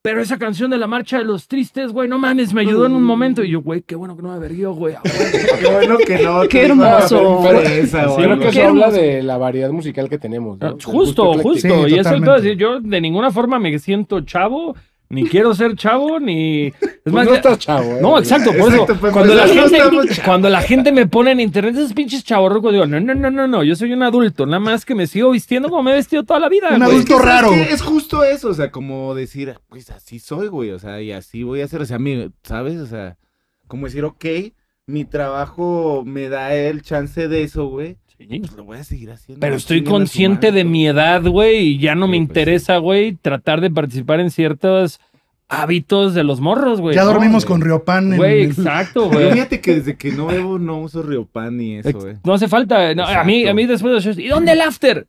pero esa canción de la marcha de los tristes, güey, no mames, me ayudó en un momento. Y yo, güey, qué bueno que no me verguió, güey. a *laughs* huevo. Qué bueno que no. Qué te iba a hacer hermoso. presa, Sí, güey. creo que eso Quiero- habla de la variedad musical que tenemos. ¿no? Ah, Del justo, ecléctico. justo. y eso Sí, es totalmente. todo. decir, Yo de ninguna forma me siento chavo, ni quiero ser chavo, *laughs* ni. Es Pues más, no ya- estás chavo, ¿eh? No, exacto, por Exacto, eso. pues, cuando, pues, la no gente, estamos chavos. cuando la gente me pone en internet esos pinches chavorrucos, digo, no, no, no, no, no, yo soy un adulto, nada más que me sigo vistiendo como me he vestido toda la vida. Un güey. adulto Es que, raro. ¿sabes qué? Es justo eso, o sea, como decir, pues así soy, güey, o sea, y así voy a ser, o sea, mi- ¿sabes? O sea, como decir, ok, mi trabajo me da el chance de eso, güey, Sí. Pues lo voy a seguir haciendo. Pero estoy Chinguen a su consciente madre. de mi edad, güey, y ya no me Sí, pues, interesa, güey, tratar de participar en ciertos hábitos de los morros, güey. Ya ¿no? dormimos Güey. con Riopan. en Güey, *laughs* el- exacto, Pero güey. fíjate que desde que no bebo no uso riopan ni eso, Ex- güey. No hace falta. no, a, mí, Exacto. a mí después de los shows, ¿y dónde el after?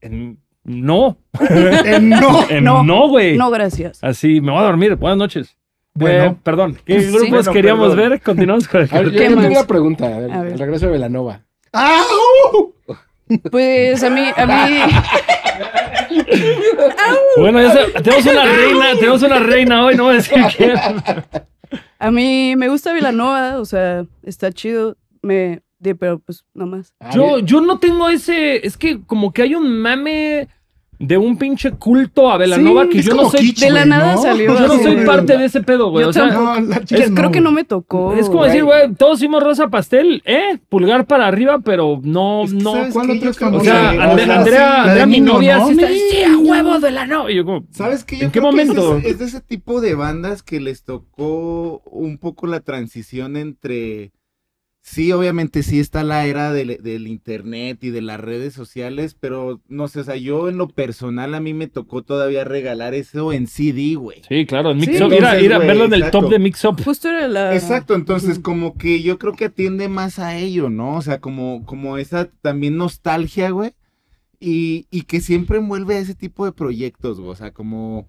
En- no, Eh, *laughs* no. en No. no, güey. No, gracias. Así, me voy a dormir. Buenas noches. Güey, Bueno. perdón. ¿Qué Sí. grupos Bueno, queríamos perdón. ver? *laughs* Continuamos con el A ver, yo ¿Qué yo tengo más? una pregunta. a ver, A ver. El regreso de Velanova. ¡Ah! Pues a mí, a mí, Bueno, ya se- tenemos una reina, tenemos una reina hoy, no voy a decir quién. a mí me gusta Villanova, o sea, está chido, me, de, pero pues no más. Ah, Yo, bien. yo no tengo ese. Es que como que hay un mame de un pinche culto a Velanova Sí, que Es yo como no soy. kitsch, de la güey, nada salió. Yo no Sí, soy güey. parte de ese pedo, güey. Yo O sea, tampoco. No, la chica Es, creo que no me tocó. es como güey. decir, güey, todos hicimos rosa pastel, ¿eh? Pulgar para arriba, pero no, Es que, no. ¿sabes O cuál qué? otro Yo creo- cabrón? O sea, Sí, Andrea, o Andrea, sea, sí, la de Andrea, mi Nino, novia, ¿no? sí está, Nino. sí, a huevo de la no. Y yo como, ¿Sabes qué? Yo ¿En qué creo que es de momento? ese- es de ese tipo de bandas que les tocó un poco la transición entre. Sí, obviamente sí está la era del, del internet y de las redes sociales, pero no sé, o sea, yo en lo personal a mí me tocó todavía regalar eso en CD, güey. Sí, claro, en Mix Sí, Up, ir a, entonces, ir a güey, verlo en el exacto. top de Mix Up. Justo era la... Exacto, entonces como que yo creo que atiende más a ello, ¿no? O sea, como, como esa también nostalgia, güey. Y, y que siempre envuelve a ese tipo de proyectos, güey. O sea, como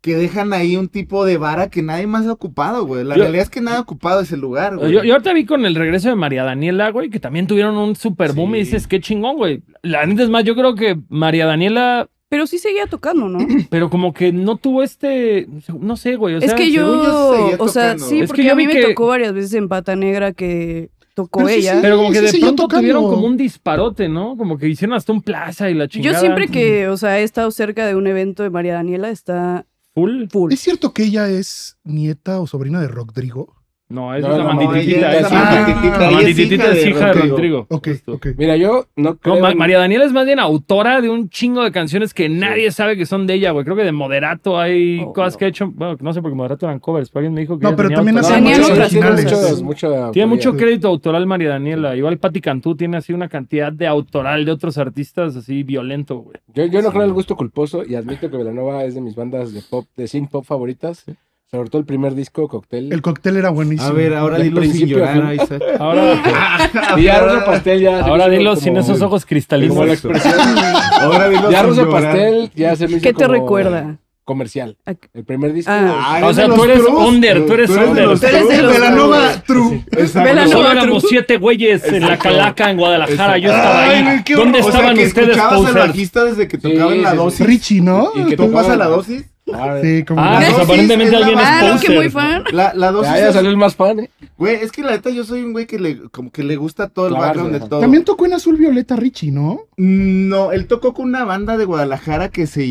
que dejan ahí un tipo de vara que nadie más ha ocupado, güey. La Yo- realidad es que nadie ha ocupado ese lugar, güey. Yo, yo ahorita vi con el regreso de María Daniela, güey, que también tuvieron un super boom y Sí. dices, qué chingón, güey. La neta es más, yo creo que María Daniela, Pero sí seguía tocando, ¿no? pero como que no tuvo este, no sé, güey. O sea, es que según yo yo, seguía o sea, tocando. sí, Es que porque yo a mí vi me que- tocó varias veces en Pata Negra que tocó Pero sí, ella. sí, Pero como que sí, de siguió pronto tocando. tuvieron como un disparote, ¿no? Como que hicieron hasta un plaza y la chingada. Yo siempre que, o sea, he estado cerca de un evento de María Daniela, está Full. full. ¿Es cierto que ella es nieta o sobrina de Rodrigo? No, esa No, es la no, ella bandititita. esa es la es la banditita. la bandititita es hija de Rodrigo. Ok, justo. ok. Mira, yo no No, creo... Ma- en- María Daniela es más bien autora de un chingo de canciones que nadie sabe que son de ella, güey. Creo que de Moderato hay Oh, cosas no. que ha hecho. Bueno, no sé porque Moderato eran covers, pero alguien me dijo que. No, ella pero tenía también No, autorado. hace Pues Tenían mucho- otras tiene cosas. mucho- mucho- Tiene mucho crédito autoral María Daniela. Igual Patti Cantú tiene así una cantidad de autoral de otros artistas así violento, güey. Yo, yo no creo en el gusto culposo y admito que Velanova es de mis bandas de pop, de synth pop favoritas. Sobre todo el primer disco, Cóctel. El cóctel era buenísimo. A ver, ahora De dilo sin principio a llorar, fin. Isaac. Ahora, Y ya Rosa Pastel ya... se me ahora hizo dilo Ah, como- sin esos ojos Como la cristalinos. Exacto. expresión. Ahora dilo Ya sin Rosa llorar. Pastel ya se me hizo ¿Qué te como recuerda? Comercial. ¿A qué? El primer disco. Ah. Ah, O eres sea, de tú los eres Cruz. under, tú eres Tú eres de under. los Tú eres de Cruz. los Velanova True. Exacto. Velanova. Solo No, éramos truco. siete güeyes en la Exacto. calaca en Guadalajara. Yo estaba Ay, ahí. qué ¿Dónde horror. O sea, estaban que ustedes, escuchabas al posers? bajista desde que tocaban Sí, la sí, sí. dosis. Richie, ¿no? Y que ¿Topas tocaba- a la dosis? Ah, Sí, como Ah, la- pues dosis aparentemente es la alguien es banda. Claro que muy poser. fan. La, la dosis Ya, ya es- salió el más fan, ¿eh? Güey, es que la neta yo soy un güey que le, como que le gusta todo el Clavarse, background de ajá. todo. También tocó en Azul Violeta Richie, ¿no? No, él tocó con una banda de Guadalajara que se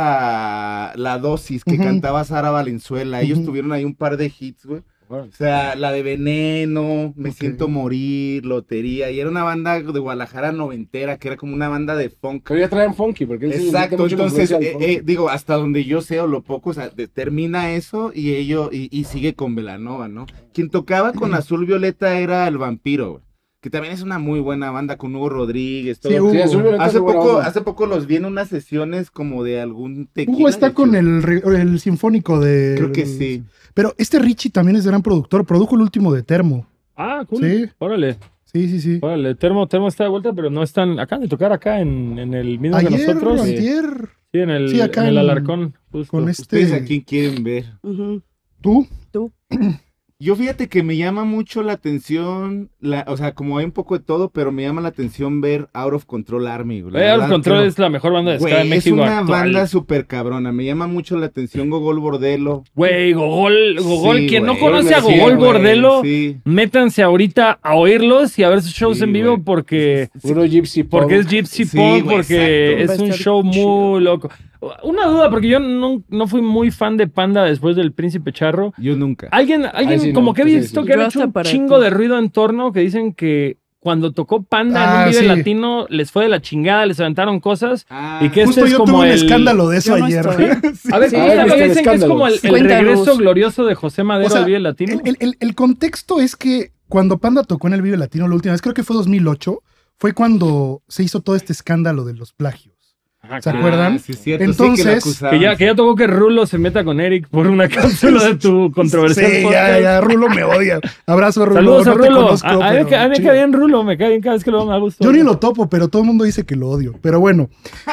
llamaba La Dosis, que Ujú. cantaba Sara Valenzuela. Ellos Ujú. tuvieron ahí un par de hits, güey. O sea, la de Veneno, Me Ok. Siento Morir, Lotería. Y era una banda de Guadalajara noventera, que era como una banda de funk. Pero ya traen funky, porque él sí le mete Exacto, mucho entonces, influencia al eh, funky. eh, digo, hasta donde yo sé o lo poco, o sea, de- termina eso y ello, y, y sigue con Velanova, ¿no? Quien tocaba con Azul Violeta era El Vampiro, güey, que también es una muy buena banda con Hugo Rodríguez, todo. Sí, Hugo. Sí, Azul Violeta hace, es buena poco, onda. hace poco los vi en unas sesiones como de algún tequila. Hugo está de con hecho. el, re- el sinfónico de... Creo que sí. Pero este Richie también es gran productor. Produjo el último de Termo. Ah, cool. Sí. Órale, Sí, sí, sí. órale. Termo, Termo está de vuelta, pero no están. Acaban de tocar acá en, en el mismo Ayer, que nosotros. Sí, antier, en el, sí, acá en el en- Alarcón. justo. con este... ¿Ustedes a quién quieren ver? Ujú. ¿Tú? Yo fíjate que me llama mucho la atención, la, o sea, como hay un poco de todo, pero me llama la atención ver Out of Control Army. güey. La Güey, Eh, Out of verdad, Control creo- es la mejor banda de ska Güey, de México. es una actual. banda súper cabrona. Me llama mucho la atención Gogol Bordelo. Güey, Gogol, Gogol, Sí, quien no güey, conoce a sí, Gogol güey, Bordelo, sí. métanse ahorita a oírlos y a ver sus shows Sí, en vivo güey. porque, Puro Gypsy Pop. porque es Gypsy Sí, Punk, güey, porque exacto. es un Va a estar show chido. muy loco. Una duda, porque yo no, no fui muy fan de Panda después del Príncipe Charro. Yo nunca. Alguien, alguien sí, como no, que he pues, sí, sí, visto sí. que Yo han hasta hecho un para chingo ti. de ruido en torno que dicen que cuando tocó Panda en Ah, un Vive sí. Latino les fue de la chingada, les aventaron cosas. Ah, ¿Y qué es? Este Justo yo como tuve el- un escándalo de eso Yo no ayer. *laughs* estoy. A ver, Sí. ¿qué A Mr. dicen? ver, dicen que es Escándalo. como el, el Cuéntanos. regreso glorioso de José Madero O sea, al Vive Latino. El, el- el- el contexto es que cuando Panda tocó en el Vive Latino la última vez, creo que fue 2008, fue cuando se hizo todo este escándalo de los plagios. Ajá, ¿Se claro. Ah, acuerdan? ah, sí, es cierto, sí que Entonces, la acusaban. Que ya, que ya tocó que Rulo se meta con Eric por una *laughs* cápsula de tu controversial Sí, podcast. ya, ya, Rulo me odia. Abrazo, Rulo. Saludos a no te Rulo. conozco, a, a mí, pero me ca- a mí me chinga. cae bien Rulo, me cae bien cada vez que lo veo, me gusta. Yo ni lo topo, pero todo el mundo dice que lo odio. Pero bueno.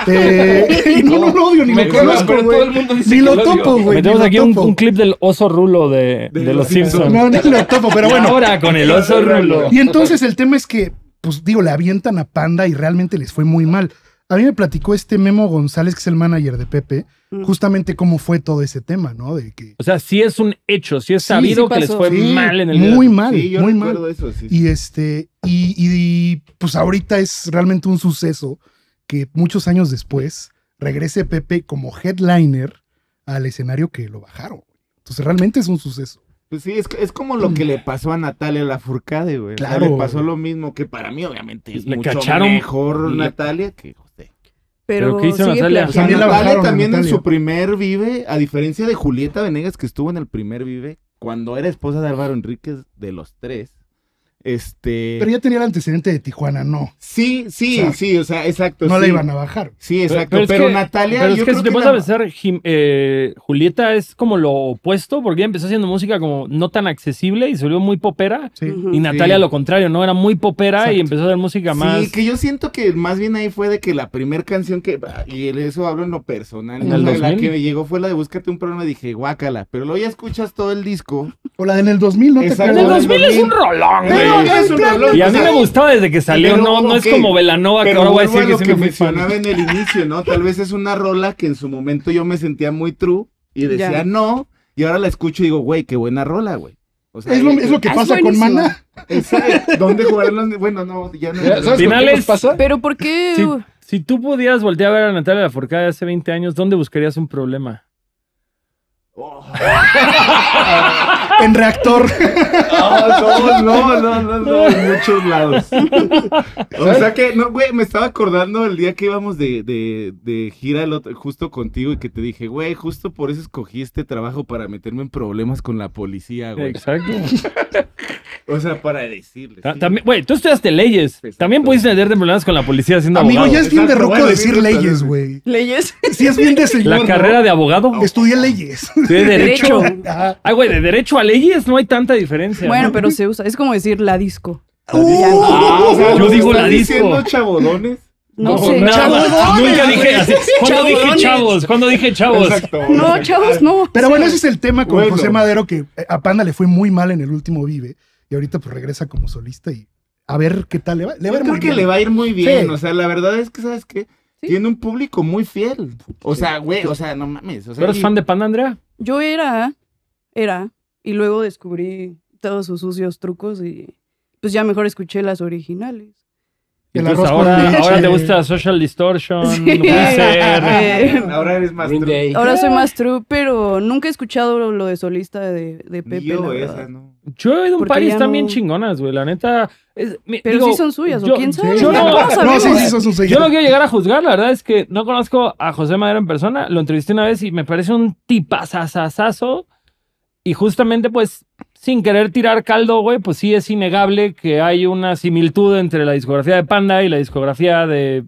eh, *laughs* no, no lo odio, ni Me lo caga, conozco, pero güey. todo el mundo dice Ni que lo lo odio. topo, güey. Metemos ni lo aquí un, topo. un clip del oso Rulo de, de De los los Simpsons. No, ni lo topo, *laughs* pero bueno. Ahora con el *laughs* oso Rulo. Y entonces el tema es que, pues digo, le avientan a Panda y realmente les fue muy mal. A mí me platicó este Memo González, que es el manager de Pepe, Mm. justamente cómo fue todo ese tema, ¿no? De que O sea, sí es un hecho, sí es Sí, sabido sí que les pasó. fue Sí, mal en el muy video. mal, Sí, yo muy recuerdo mal. eso, sí. Y este y, y- y, pues ahorita es realmente un suceso que muchos años después regrese Pepe como headliner al escenario que lo bajaron. Entonces realmente es un suceso. Pues sí, es, es como lo que le pasó a Natalia Lafourcade, güey. O sea, Claro. le pasó lo mismo que para mí, obviamente, es Le mucho cacharon. mejor Le- Natalia que usted. ¿Pero Pero qué hizo sigue Natalia? O sea, plagiando. También la Natalia bajaron a también Natalia. en su primer Vive, a diferencia de Julieta Venegas que estuvo en el primer Vive, cuando era esposa de Álvaro Enríquez de los tres, este... Pero ya tenía el antecedente de Tijuana, no. Sí, sí, O sea, sí, o sea, exacto. no Pues sí. la iban a bajar. Sí, exacto, pero, es que- Natalia... Pero es yo que creo si te que vas la- a pensar, Jim- eh, Julieta es como lo opuesto, porque ella empezó haciendo música como no tan accesible y se volvió muy popera. Sí. Ujú. Y Natalia lo contrario, ¿no? Era muy popera y Exacto. empezó a hacer música más. Sí, que yo siento que más bien ahí fue de que la primera canción que, y en eso hablo en lo personal, ¿En o el sea, la 2000? que me llegó fue la de Búscate un programa y dije, guácala, pero luego ya escuchas todo el disco O la de en el 2000, ¿no te Exacto. En el acuerdas? 2000 es un rolón, Pero güey. no es un rolón, Y a o mí sea, me gustaba desde que salió, pero, no, no ok, es como Velanova, que Pero ahora Ah, voy a vuelvo a decir que lo que, sí me fui fan. mencionaba en el inicio, ¿no? Tal vez es una rola que en su momento yo me sentía muy true y decía Ya. no, y ahora la escucho y digo, güey, qué buena rola, güey. O sea, Es lo, es lo que Es pasa con buenísimo. Maná. Exacto. ¿Dónde jugaron los- Bueno, no, ya no. ¿Sabes con qué Finales. nos pasa? Pero ¿por qué? Sí. Si tú pudieras voltear a ver a Natalia Lafourcade hace 20 años, ¿dónde buscarías un problema? Oh, En reactor. no, no, no, no, no, en muchos lados. O sea que, no, güey, me estaba acordando el día que íbamos de, de, de gira el otro- justo contigo y que te dije, güey, justo por eso escogí este trabajo para meterme en problemas con la policía, güey. Exacto. O sea, para decirles. Ta- sí. también- Güey, tú estudiaste leyes. Exacto. También pudiste meterte en problemas con la policía siendo Amigo, ya abogado. es bien de Exacto, ruco bueno, decir sí, leyes, totalmente. güey. ¿Leyes? Sí, es bien de señor. La ¿no? Ah, carrera de abogado. Estudié leyes. de derecho. Derecho. Ah, Ay, güey, de derecho a leyes no hay tanta diferencia. Bueno, ¿no? pero se usa. Es como decir la disco. Ah, o sea, Uh. Yo ¿nos digo están la disco. diciendo chavodones? No, sé. nada. Chabodones, Nunca *laughs* dije así. ¿Cuándo dije Chabodones. chavos? ¿Cuándo dije chavos? No, chavos, no. Pero bueno, ese es el tema con Bueno. José Madero, que eh, a Panda le fue muy mal en el último Vive. Y ahorita pues regresa como solista y a ver qué tal le va. Le va Yo a ir creo muy que bien. le va a ir muy bien. Sí. O sea, la verdad es que, ¿sabes qué? Sí. Tiene un público muy fiel. O sea, güey, o sea, no mames. O ¿Tú sea, eres y- *laughs* fan de Panda, Andrea? Yo era, era, y luego descubrí todos sus sucios trucos y pues ya mejor escuché las originales. Y El entonces arroz con ahora, leche. ahora te gusta Social Distortion, Sí. *laughs* Wizard. Eh, Ahora eres más Green true. Day. ahora soy más true, pero nunca he escuchado lo, lo de solista de, Ni de Oh, Pepe. la Yo verdad. esa, ¿no? Yo he oído un Porque par y ya están bien no- chingonas, güey. La neta. es- mi- Pero digo, sí son suyas, ¿o yo- quién sabe? yo no- ¿Cómo no, No, sabemos? sí, sí, son sus Yo no seguidores. quiero llegar a juzgar, la verdad es que no conozco a José Madero en persona, lo entrevisté una vez y me parece un tipazazazazo y justamente pues sin querer tirar caldo, güey, pues sí es innegable que hay una similitud entre la discografía de Panda y la discografía de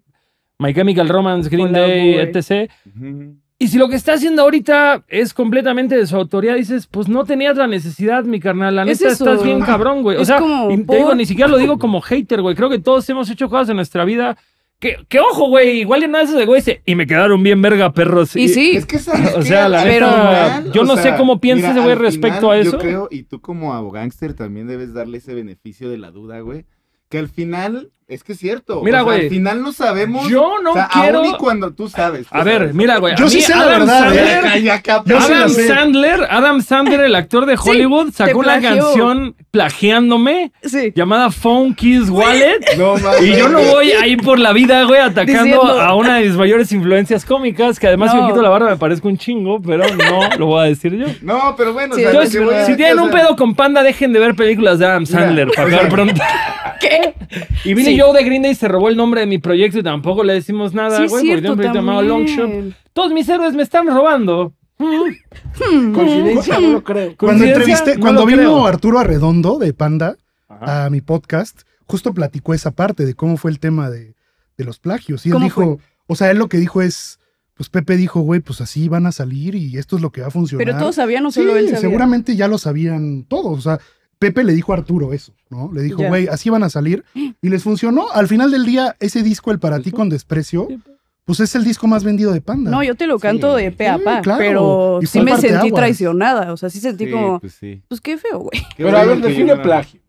My Chemical Romance, Green Hola, Day, güey. etc. Y si lo que está haciendo ahorita es completamente de su autoría, dices, pues no tenías la necesidad, mi carnal. La Es neta, eso. estás bien cabrón, güey. O Es sea, como, y te digo, ¿por? ni siquiera lo digo como hater, güey. Creo que todos hemos hecho cosas en nuestra vida que, que ojo, güey. Igual y nada de esos de güey dice, y me quedaron bien verga, perros. Y sí, Es que sabes *laughs* O qué? sea, la Al neta, final, yo o no sé sea, cómo piensa mira, ese güey al respecto a final, eso. Yo creo, y tú como abogánster también debes darle ese beneficio de la duda, güey. Que al final, es que es cierto. Mira, o sea, güey, Al final no sabemos. Yo no o sea, quiero. Aún y cuando tú sabes. tú A ver, sabes. mira, güey. a Yo sí mí sé la Adam verdad, Sandler- ¿eh? Ya, ya, capaz. Yo sí la Adam sé. Sandler, Adam Sandler, el actor de Hollywood, sacó una plagió. canción plagiándome sí. llamada Phone Kiss Wallet. No, mames. Y yo no voy ahí por la vida, güey, atacando Diciendo- a una de mis mayores influencias cómicas, que además si me No. quito la barba me parezco un chingo, pero no lo voy a decir yo. No, pero bueno, Sí, o sea, Pero Entonces, es lo que voy a- pues, si tienen un pedo con panda, dejen de ver películas de Adam Sandler para acabar pronto. *laughs* ¿Qué? Y Billy Sí. Joe de Green Day se robó el nombre de mi proyecto y tampoco le decimos nada, Sí, es güey, porque tiene cierto un proyecto llamado Long Shot. también. Todos mis héroes me están robando. Coincidencia, no lo creo. Cuando ¿Coincidencia? entrevisté, No cuando lo vino creo. Arturo Arredondo de Panda Ajá. a mi podcast, justo platicó esa parte de cómo fue el tema de, de los plagios. Y él ¿Cómo dijo, o sea, él lo que dijo es, pues Pepe dijo, güey, pues así van a salir y esto es lo que va a funcionar. Pero todos sabían, o Sí, solo él sabía. seguramente ya lo sabían todos. O sea, Pepe le dijo a Arturo eso, ¿no? Le dijo, Ya. güey, así van a salir. Y les funcionó. Al final del día, ese disco, el para ti con desprecio, pues es el disco más vendido de Panda. No, yo te lo canto Sí. de pe a Sí, pa, claro. pero Y sí fue me parte sentí aguas. traicionada. O sea, sí sentí Sí, como, pues sí. pues qué feo, güey. Pero a ver, define plagio. plagio.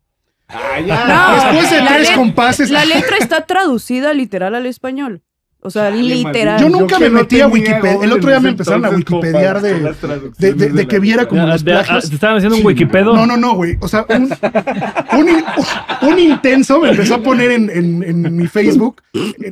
Ah, ya. No, Después de la tres le- compases. La letra está traducida literal al español. O sea, Chale, literal. Yo nunca que me no metí tenía a Wikipedia. orden El otro día me en ese empezaron a entonces, wikipediar compa, de- las traducciones de- de- de la que viera Biblia. como- los de- ah, plagios. te estaban haciendo un Sí. Wikipedo. No, no, no, güey. O sea, un, un in- un intenso me empezó a poner en, en- en mi Facebook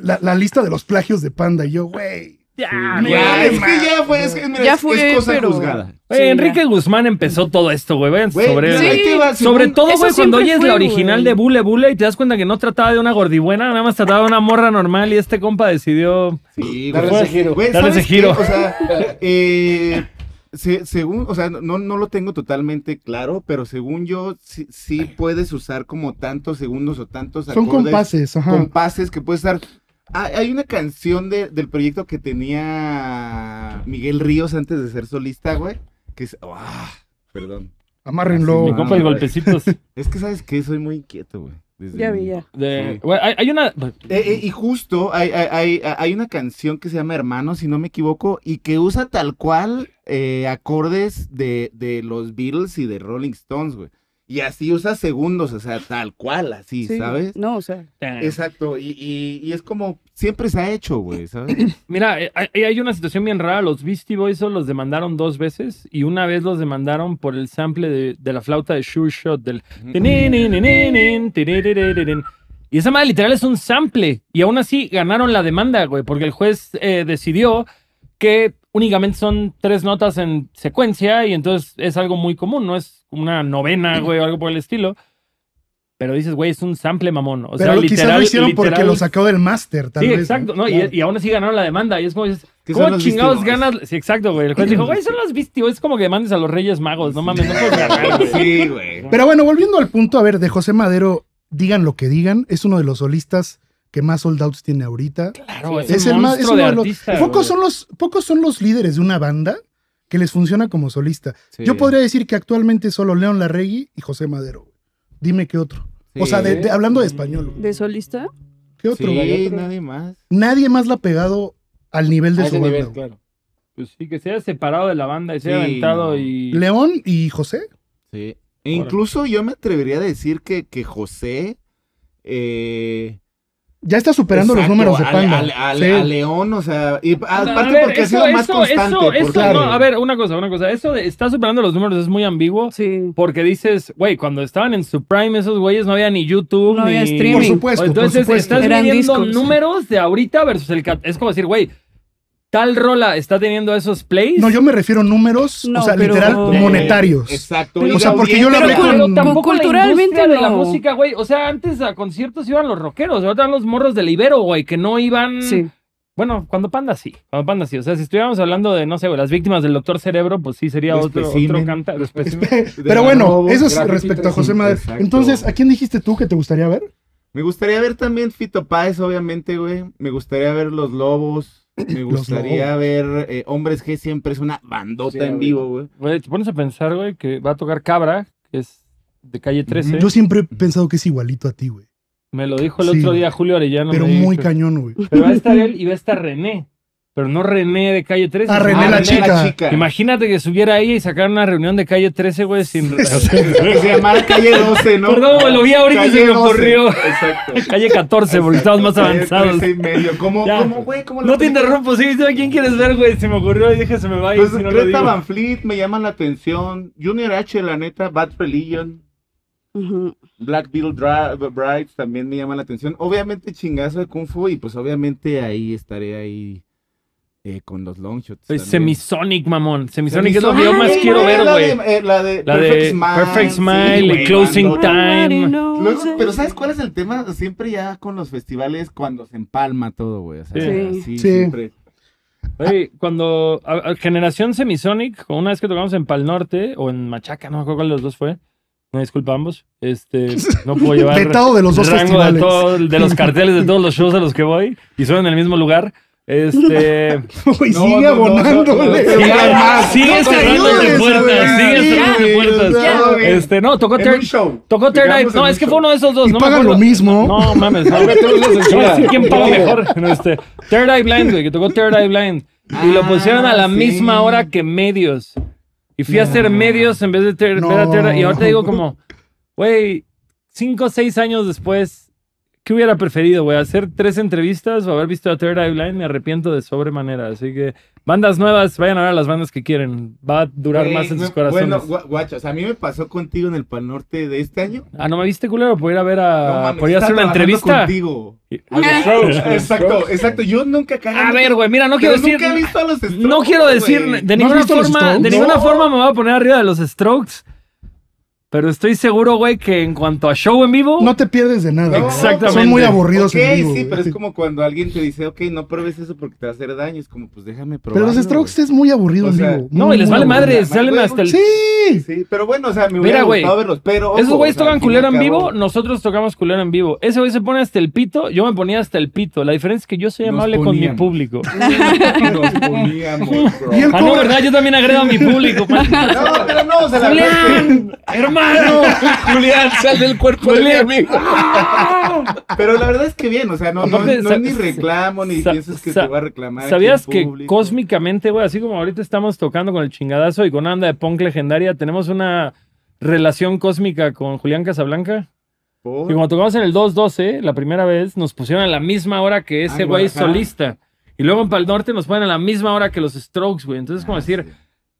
la, la lista de los plagios de Panda. Y yo, güey. Ya, Ya, güey. Ah, es que ya fue, es, que, mira, Ya es- fue, es cosa pero- juzgada. Oye, Sí, Enrique Guzmán empezó todo esto, güey. Vayan Güey, sobre él, mira, güey. ahí te va, Sobre según- todo, Eso güey, cuando siempre oyes fue, la original güey. de Bule Bule y te das cuenta que no trataba de una gordibuena, nada más trataba de una morra normal y este compa decidió. Sí, Darle güey. ese giro. Güey, Darle ¿sabes ese qué? giro. O *laughs* sea, eh, se- según, o sea, no, no lo tengo totalmente claro, pero según yo, sí, sí puedes usar como tantos segundos o tantos Son acordes, compases, ajá. compases que puedes usar. Ah, hay una canción de- del proyecto que tenía Miguel Ríos antes de ser solista, güey, que es... ah, perdón. Amárrenlo. Mi Ah, compa y güey. golpecitos. Es que, ¿sabes qué? Soy muy inquieto, güey. desde Ya vi, niño. ya. De- Sí. güey, hay, hay una. Eh, eh, y justo hay, hay- hay- hay una canción que se llama Hermanos, si no me equivoco, y que usa tal cual eh, acordes de, de los Beatles y de Rolling Stones, güey. Y así usa segundos, o sea, tal cual, así, Sí, ¿sabes? No, o sea, Exacto, y, y- y es como siempre se ha hecho, güey, ¿sabes? Mira, eh, hay, hay una situación bien rara. Los Beastie Boys solo los demandaron dos veces y una vez los demandaron por el sample de, de la flauta de Sure Shot del. Tininininininin, tiririririn. Y esa madre literal es un sample. Y aún así ganaron la demanda, güey, porque el juez eh, decidió que únicamente son tres notas en secuencia y entonces es algo muy común, no es una novena, güey, o algo por el estilo. Pero dices, güey, es un sample mamón. O sea, Pero literal, quizás lo hicieron porque literal- lo sacó del máster, tal Sí, vez. exacto. No, Y- Claro. y, aún así ganaron la demanda. Y es como, dices, Que son ¿cómo los chingados Beastie Boys. *laughs* ganas? Sí, exacto, güey. El juez dijo, güey, son los Beastie Boys. Es como que mandes a los Reyes Magos. No mames, no puedes ganar, güey. Sí, güey. Pero bueno, volviendo al punto, a ver, de José Madero, digan lo que digan, es uno de los solistas que más sold outs tiene ahorita. Claro, es, el más, es monstruo uno de de los- artista, pocos güey. son los pocos son los líderes de una banda que les funciona como solista. Yo podría decir que actualmente solo León Larregui y José Madero. Dime qué otro. *laughs* O sea, de- de- hablando de español, güey, de solista. ¿qué otro? Sí, güey, otro. nadie más. Nadie más la ha pegado al nivel de A su ese banda. nivel, güey. claro. Pues sí, que se haya separado de la banda y se haya Sí, aventado no. y. León y José, Sí. E incluso yo me atrevería a decir que, que José... Eh, ya está superando Exacto, los números de a- Panda. a- a- Sí. a León, o sea, y Ah, A ver, aparte porque ha sido más constante. Eso, eso, porque- claro. no, a ver, una cosa, una cosa. Eso de está superando los números es muy ambiguo. Sí. Porque dices, güey, cuando estaban en su prime esos güeyes no había ni YouTube, No ni había streaming. Pues, Por supuesto, Entonces por supuesto. estás Eran midiendo discos. números de ahorita versus el cat- es como decir, güey, tal rola está teniendo esos plays. No, yo me refiero a números, No, o sea, pero- literal, Eh, Eh, monetarios. Exacto. Pero- y o sea, la porque yo lo audiencia- pero, hablé pero con- tampoco Culturalmente la industria de la no. música, güey. O sea, antes a conciertos iban los rockeros, ahora van los morros del Ibero, güey, que no iban Sí. Bueno, cuando Panda sí, cuando Panda sí. O sea, si estuviéramos hablando de, no sé, güey, las víctimas del Doctor Cerebro, pues sí sería Los otro, otro especímenes. canta. los *laughs* especímenes. Pero bueno, Robo, eso es Graffiti respecto a José 300, Madero. exacto. Entonces, ¿a quién dijiste tú que te gustaría ver? Me gustaría ver también Fito Páez, obviamente, güey. Me gustaría ver Los Lobos. *clears throat* Me gustaría ver eh, Hombres G, siempre es una bandota Sí, en güey. vivo, güey. Güey, te pones a pensar, güey, que va a tocar Cabra, que es de calle 13. Yo siempre he pensado que es igualito a ti, güey. Me lo dijo el Sí, otro día güey. Julio Arellano. Pero me dijo. muy cañón, güey. Pero va a estar él y va a estar René. Pero no René de calle 13. Ah, A sino René la chica. Imagínate que subiera ahí y sacaran una reunión de calle 13, güey, sin. Que *laughs* se llamara Calle 12, ¿no? Perdón, güey, lo vi ahorita y se Calle me 12, ocurrió. Exacto. Calle 14, porque estamos *laughs* más Calle avanzados. 13 y medio. ¿Cómo, Ya. cómo, güey? ¿Cómo la No te película? interrumpo, sí, ¿a quién quieres ver, güey? Se me ocurrió y dije, se me va a ir. Pues si no lo Greta digo. Van Fleet me llama la atención. Junior H, la neta, Bad Religion. Ujú. Black Bill Dra- Brides también me llama la atención. Obviamente chingazo de Kung Fu y pues obviamente ahí estaré ahí eh, con los long shots. Pues también. Semisonic, mamón. Semisonic es lo que yo Semisonic. más Ay, quiero güey, ver, la güey. de- eh, La de La de Perfect Smile. Perfect sí, Smile y güey, Closing cuando- Time. Luego, pero ¿sabes cuál es el tema? Siempre ya con los festivales cuando se empalma todo, güey. o sea, sí, Sí. Sí. siempre. Güey, cuando a- a- generación Semisonic, una vez que tocamos en Pal Norte o en Machaca, no me acuerdo cuál de los dos fue, Una disculpa a ambos. Este, no *laughs* puedo llevar Vetado de los dos rango de, festivales. todo- de los carteles de todos los shows a los que voy y son en el mismo lugar. *laughs* Este, Güey, *laughs* No, sigue no, no, abonándole. no, no, sigue, no, más. sigue No te cerrándote ayudes, puertas, güey. sigue cerrándote Sí, puertas. ya, güey. Este, no, tocó En un Third, show. tocó Third Eye. Digamos en No, un es que show. fue uno de esos dos. Y no me pagan lo acuerdo. mismo. No *laughs* mames, no. metemos *laughs* la Te voy a censura. decir quién paga mejor. No, este, Third Eye Blind, güey, que tocó Third Eye Blind. Y lo Ah, pusieron a la sí. misma hora que medios. Y fui a hacer medios en vez de ter- ver a Third Eye. Y ahora te digo como, güey, cinco o seis años después, ¿qué hubiera preferido, güey? ¿Hacer tres entrevistas o haber visto a Third Eye Blind? Me arrepiento de sobremanera. Así que, bandas nuevas, vayan a ver a las bandas que quieren. Va a durar Güey, más en me- sus corazones. Bueno, gua- guacho, o sea, a mí me pasó contigo en el Pal Norte de este año. Ah, ¿no me viste, culero? Por ir a ver a... No mames, por ir a estaba Ah, hacer una entrevista. trabajando Contigo. A los Strokes, a los Exacto, Strokes. exacto. Yo nunca cagué. A ver, güey, mira, no quiero Pero decir... Nunca he visto a los Strokes, No quiero decir de güey. ¿No has ninguna visto los forma, de Strokes? ninguna No. forma me voy a poner arriba de los Strokes, pero estoy seguro, güey, que en cuanto a show en vivo, No te pierdes de nada. No, Exactamente. Son muy aburridos Ok, en vivo, sí, güey. pero es como cuando alguien te dice, ok, no pruebes eso porque te va a hacer daño. Es como, pues déjame probar. Pero los Strokes es muy aburrido O sea, en vivo. no, Muy, y les muy vale aburrido. madre, güey, salen hasta el... Sí. Sí, pero bueno, o sea, me Mira, hubiera güey, gustado verlos. Pero. ojo, Esos güeyes o sea, tocan al fin y culero al en cabo, vivo, nosotros tocamos culero en vivo. Ese güey se pone hasta el pito, yo me ponía hasta el pito. La diferencia es que yo soy Nos amable con mi poníamos. *laughs* público. Nos *laughs* poníamos, bro. Y el Ah, no, cobra- ¿verdad? Yo también agrego *laughs* a mi público. pues. pa. No, pero no, o sea, la verdad *laughs* es que- ¡Julián! ¡Hermano! Julián, sal del cuerpo de mi Julián. amigo. Pero la verdad es que bien, o sea, no, no, Aparte, no sa- es ni reclamo, ni sa- piensas que sa- te va a reclamar. aquí ¿Sabías en que público. cósmicamente, güey, así como ahorita estamos tocando con el chingadazo y con una banda de punk legendaria, tenemos una relación cósmica con Julián Casablanca? Por- Oh. Y cuando tocamos en el 212, la primera vez, nos pusieron a la misma hora que Ah, ese en güey Guadalajara. solista. Y luego en Pal Norte nos ponen a la misma hora que los Strokes, güey. Entonces, Ah, como decir,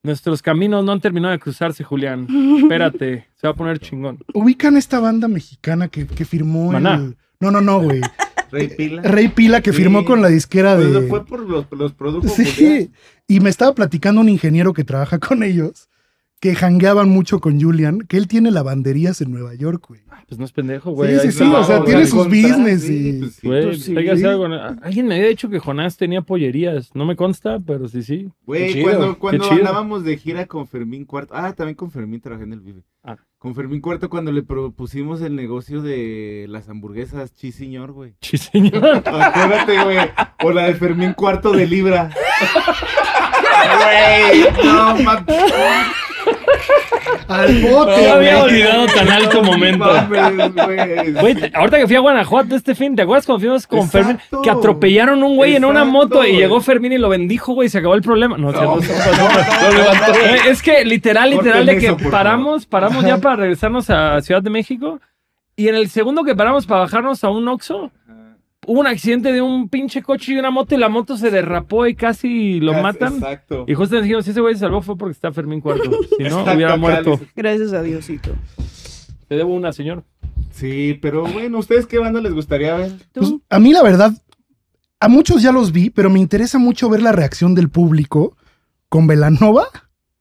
nuestros caminos no han terminado de cruzarse, *laughs* Julián. Espérate, se va a poner chingón. Ubican esta banda mexicana que, que firmó Maná. el. No, no, no, güey. Rey Pila. Rey Pila que Sí. firmó con la disquera Pues, de. Fue por los, los productos. Sí. Y me estaba platicando un ingeniero que trabaja *laughs* con ellos, que jangueaban mucho con Julian, que él tiene lavanderías en Nueva York, güey. Pues no es pendejo, güey. Sí, Ahí sí, sí, está, o sea, güey. tiene sus business y- Güey, pues sí. hay que hacer algo. Alguien me había dicho que Jonás tenía pollerías. No me consta, pero sí, sí. *laughs* Güey, Qué chido, cuando, qué cuando chido. andábamos de gira con Fermín Cuarto. Ah, también con Fermín trabajé en el Vive. Ah. Con Fermín Cuarto, cuando le propusimos el negocio de las hamburguesas, sí, señor, güey. Sí, señor. Acuérdate, güey. O la de Fermín Cuarto de Libra. Güey, no mames. Al No bote, había güey. olvidado tan alto momento. mames, güey. Güey, te- ahorita que fui a Guanajuato este fin, ¿te acuerdas cuando fuimos con Exacto. Fermín? Que atropellaron un güey en una Exacto, moto y güey. llegó Fermín y lo bendijo, güey, y se acabó el problema. No, o sea, *laughs* no, Lo levantó. Güey, es que literal, literal, Corten de que eso, por paramos, paramos ya para regresarnos a Ciudad de México. Y en el segundo que paramos para bajarnos a un Oxxo, hubo un accidente de un pinche coche y una moto y la moto se derrapó y casi lo Cas- matan. Exacto. Y justo dijimos, si ese güey se salvó fue porque está Fermín *laughs* Cuarto. Si no, Exacto, hubiera Cali. muerto. Gracias a Diosito. Te debo una, señor. Sí, pero bueno, ¿ustedes qué banda les gustaría ver? Pues, a mí la verdad, a muchos ya los vi, pero me interesa mucho ver la reacción del público con Velanova,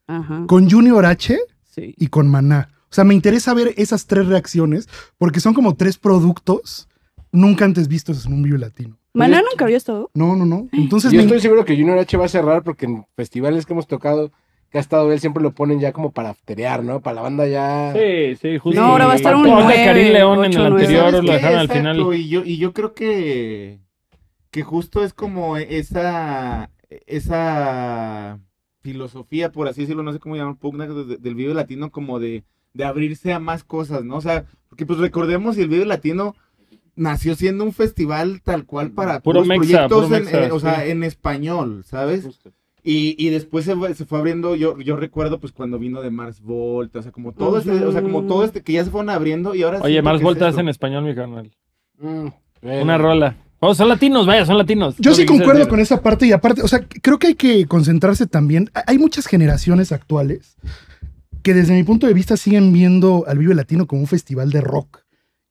Ajá. con Junior H Sí. y con Maná. O sea, me interesa ver esas tres reacciones porque son como tres productos nunca antes vistos en un vivo latino. Maná nunca había estado. No, no, no. Entonces Yo me- estoy seguro que Junior H va a cerrar porque en festivales que hemos tocado, que ha estado él, siempre lo ponen ya como para afterear, ¿no? Para la banda ya. Sí, sí, justo. No, ahora va a estar un Faltó hasta 9, Karim León en 8, el 9. anterior, ¿Sabes lo qué? dejaron al Exacto, final. Y yo, y yo creo que, que justo es como esa, esa filosofía, por así decirlo, no sé cómo llamar, pugna de- del Vive Latino, como de, de abrirse a más cosas, ¿no? O sea, porque pues recordemos, el Vive Latino nació siendo un festival tal cual para Puro puros mexa, puro proyectos en, mexa, eh, o sea, sí. en español, ¿sabes? Y, y después se fue, se fue abriendo, yo, yo recuerdo pues cuando vino de Mars Volta, o sea, como Oh, todo este, o sea, como todo este, que ya se fueron abriendo y ahora Oye, siento Mars que es Volta eso. es en español, mi carnal. Mm, Eh. bueno. Una rola. Oh, son latinos, vaya, son latinos. Yo Lo sí que quise concuerdo decir. con esa parte y aparte, o sea, creo que hay que concentrarse también. Ha- Hay muchas generaciones actuales que desde mi punto de vista siguen viendo al Vive Latino como un festival de rock.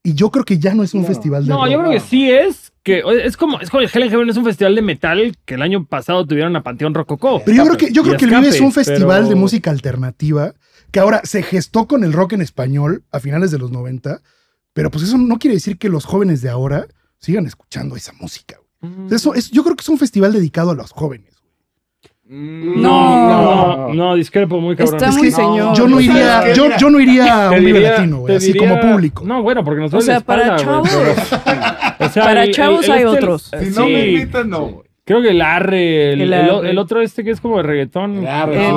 Y yo creo que ya no es un No. festival de No, rock. yo creo que sí es. Que, oye, es como, es como el Hell in Heaven, es un festival de metal que el año pasado tuvieron a Panteón Rococó. Pero yo creo que, yo Y creo que el Vive es un Escapes, festival pero- de música alternativa que ahora se gestó con el rock en español a finales de los 90, pero pues eso no quiere decir que los jóvenes de ahora sigan escuchando esa música. güey. Mm. Eso es, yo creo que es un festival dedicado a los jóvenes. Mm, No, No. no, discrepo muy cabrón. Está Es muy que señor. Yo no O ¿Sabes sea, iría, qué? yo, Mira. yo no iría a Te un Vive diría- Ah, Latino, güey, te así como diría- público. No, bueno, porque nos O duele la sea, para espalda, güey, chavos. *laughs* pero- o sea, para chavos hay otros. eh, Si no sí, me invitan, no. voy. creo que el Arre, el, El el o- Arre. el otro este que es como de reggaetón. El Arre, El-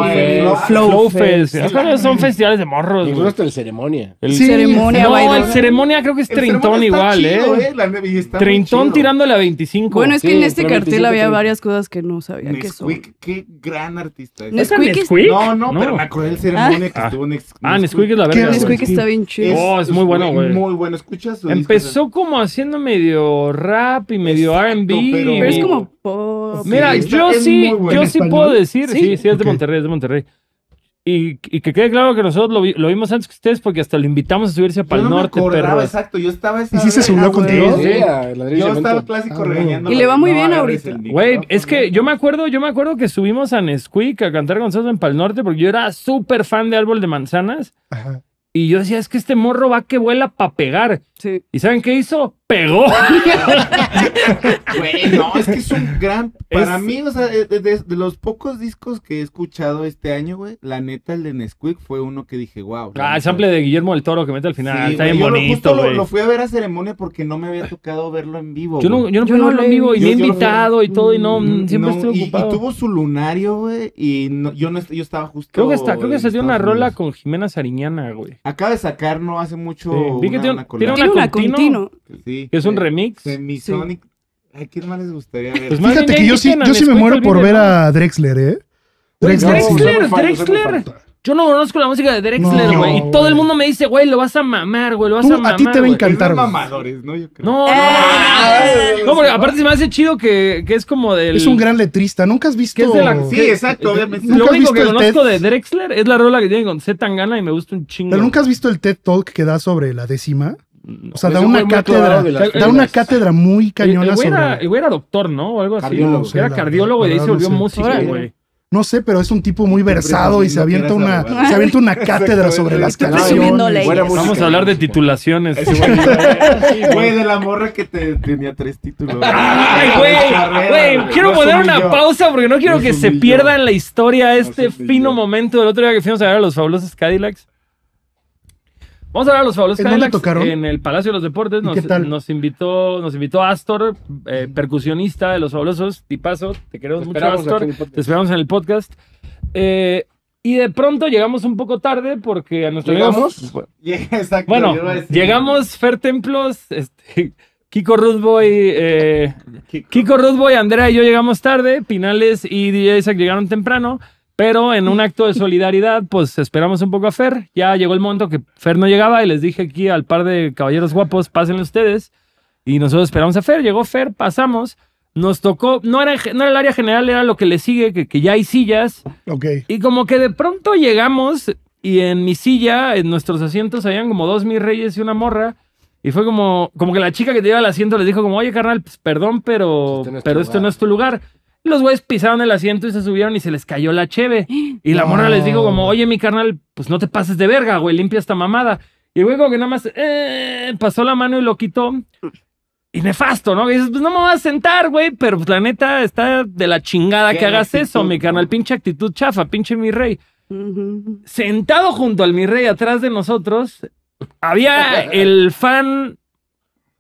Flowfest. Flow- Flow Flowfest. Fest. Ajá, Son festivales de morros. Incluso güey. hasta el ceremonia. El- Sí. Ceremonia, no, bailón. el ceremonia creo que es este- El sermón Trintón está igual, chido, ¿eh? La neve y está muy Trintón chido. tirándole a 25. Bueno, es que Sí, en este pero cartel 25, había 30. varias cosas que no sabía que son. Nesquik, qué gran artista es. Nes- ¿Esa Nesquik es- Nesquik? No, no, pero me acordé del ceremonia que Ah. estuvo Nes- Ah, Nesquik es la ¿Qué verga. Nesquik? güey. Nesquik está bien chido. Oh, es muy bueno, güey. Muy bueno, escuchas. su disco, Empezó como haciendo medio rap y medio Exacto, R&B. pero- y- Pero es como pop. Mira, Sí, está- yo es sí, muy bueno. yo ¿En sí español? puedo decir, sí, sí, es de Ok. Monterrey, es de Monterrey. Y, y que quede claro que nosotros lo, vi- lo vimos antes que ustedes porque hasta lo invitamos a subirse Yo para el no me norte, acordaba, perro. exacto, yo estaba esa ¿Y si se verga, subió güey. contigo? Sí, Sí, a Ladrillo Yo estaba el Cemento. clásico Ah, regañando. Y le va muy bien agarres ahorita. el Güey, micrófono. es que yo me acuerdo, yo me acuerdo que subimos a Nesquik a cantar con nosotros en Pal Norte porque yo era súper fan de Árbol de Manzanas Ajá. y yo decía, es que este morro va que vuela para pegar. Sí. ¿Y saben qué hizo? *laughs* Pegó. Güey, no, es que es un gran. Para Es- mí, o sea, eh, de, de- de los pocos discos que he escuchado este año, güey, la neta, el de Nesquik fue uno que dije, wow. Ah, el sample de Guillermo del Toro que mete al final. está bien bonito, Lo, güey. lo fui a ver a ceremonia porque no me había tocado verlo en vivo. Yo no, güey. yo no Yo puedo no verlo lo en he vivo y me he visto. Yo- yo lo fui a invitado y todo y no, Mm, siempre No, estoy y, y ocupado. tuvo su lunario, güey, y no- yo, no, est- yo estaba justo. Creo que está, creo que en salió una Estados rola Unidos. con Jimena Sariñana, güey. Acaba de sacar no hace mucho. Sí, vi que tiene- una- una tiene colaboración. Tiene una continua. Sí. Que es un Eh, remix. Semisonic. Ay, ¿quién más les gustaría ver? Pues más Fíjate bien que ya yo sí, invitan a yo sí me Nesquik muero al por video, ver ¿no? a Drexler, ¿eh? Güey, Drexler, sí. Drexler, somos fans, Drexler. somos fans. Yo no conozco la música de Drexler, No, güey. y todo güey. el mundo me dice, güey, lo vas a mamar, güey, lo vas Tú, a mamar. a ti te va a güey". encantar. Esos güey. mamadores, ¿no? Yo creo. No, no, Ah, no. No, porque aparte se me hace chido que, que es como del. Es un gran letrista. Nunca has visto. Que es de la- Sí, exacto, obviamente. Lo ¿Nunca has único visto que el conozco TED? de Drexler es la rola que tiene con Z Tangana y me gusta un chingo. Pero nunca has visto el TED Talk que da sobre la décima. O sea, Es da un güey una muy clavado cátedra. de las Da una filas. cátedra muy El- el, cañona güey era, sobre. el güey era doctor, ¿no? O algo así. Cardiólogo, que era sí, la- cardiólogo y de ahí la se volvió verdad no sé. músico, Órale. güey. No sé, pero es un tipo muy versado y se Presumiendo que avienta eres una, abogado. se *laughs* avienta una cátedra sobre las Estoy presumiendo canciones. Buena música. Vamos a hablar de titulaciones. Ese güey, güey, güey, de la morra que te, tenía tres títulos. *laughs* Ay, güey, güey, quiero poner una pausa porque no quiero Nos que se humilló. pierda en la historia este humilló. fino momento del otro día que fuimos a ver a los fabulosos Cadillacs. Vamos a ver a los fabulosos ¿En dónde Cadillacs tocaron? en el Palacio de los Deportes. ¿Y qué Nos, tal? nos invitó, nos invitó Astor, eh, percusionista de los fabulosos, tipazo. Te queremos Te mucho, esperamos Astor. aquí en el podcast. Te esperamos en el podcast. Eh, y de pronto llegamos un poco tarde porque a nuestro amigo- ¿Llegamos? *laughs* Pues, Exacto. Bueno, yo iba a decir- llegamos Fer Templos, este, *laughs* Kiko Ruthboy, eh, Kiko Ruthboy, Andrea y yo llegamos tarde, Pinales y DJ Isaac llegaron temprano, pero en un acto de solidaridad, pues esperamos un poco a Fer. Ya llegó el momento que Fer no llegaba y les dije aquí al par de caballeros guapos, pásenle ustedes. Y nosotros esperamos a Fer, llegó Fer, pasamos, nos tocó, no era, no era el área general, era lo que le sigue, que, que ya hay sillas. Ok. Y como que de pronto llegamos y en mi silla, en nuestros asientos, habían como dos mis reyes y una morra. Y fue como, como que la chica que te lleva el asiento les dijo como, oye carnal, pues, perdón, pero, Este no es tu pero esto lugar". no es tu lugar. Y los güeyes pisaron el asiento y se subieron y se les cayó la cheve. Y la morra No. les dijo como, oye mi carnal, pues no te pases de verga, güey, limpia esta mamada. Y el güey como que nada más "Eh", pasó la mano y lo quitó. Y nefasto, ¿no? Y dices, pues no me vas a sentar, güey, pero pues la neta está de la chingada Qué que hagas actitud, eso, mi carnal. ¿no? Pinche actitud chafa, pinche mi rey Ujú. sentado junto al mi rey atrás de nosotros, había el fan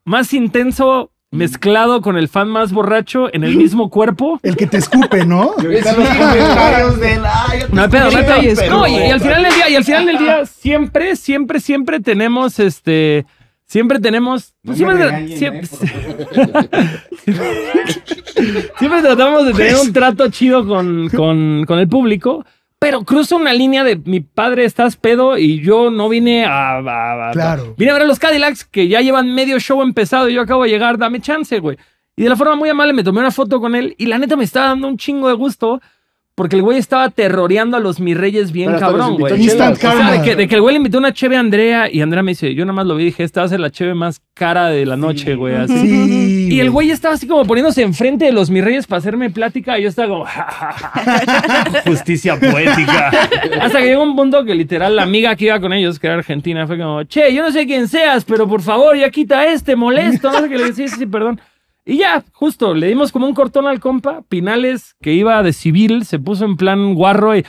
más intenso mezclado con el fan más borracho en el mismo cuerpo. El que te escupe, ¿no? *laughs* Y ahorita los comentarios del, "Ay, yo te No, hay pedo, no hay escuché, pedo. pero- No, y, y al final del día, y al final del día, siempre, siempre, siempre tenemos este. Siempre tenemos. No me siempre, regañen, siempre- eh, por favor. *laughs* siempre tratamos de tener un trato chido con, con, con el público. Pero cruzo una línea de mi padre estás pedo y yo no vine a, a- a- Claro. Vine a ver a los Cadillacs que ya llevan medio show empezado y yo acabo de llegar, dame chance, güey. Y de la forma muy amable me tomé una foto con él y la neta me estaba dando un chingo de gusto porque el güey estaba terroreando a los mis reyes bien Pero hasta los cabrón, invitó güey. chelas. Instant O sea, O sea, karma. de que, de que el güey le invitó una cheve a Andrea y Andrea me dice, yo nada más lo vi y dije, esta va a ser la cheve más cara de la noche, güey. así. Sí. Y el güey estaba así como poniéndose enfrente de los mis reyes para hacerme plática y yo estaba como... *laughs* "Ja, ja, ja". *laughs* Justicia poética. Hasta que llegó un punto que literal la amiga que iba con ellos, que era argentina, fue como, che, yo no sé quién seas, pero por favor ya quita este, molesto. No sé qué le dije, sí, sí, sí, perdón. Y ya, justo, le dimos como un cortón al compa. Pinales, que iba de civil, se puso en plan guarro y.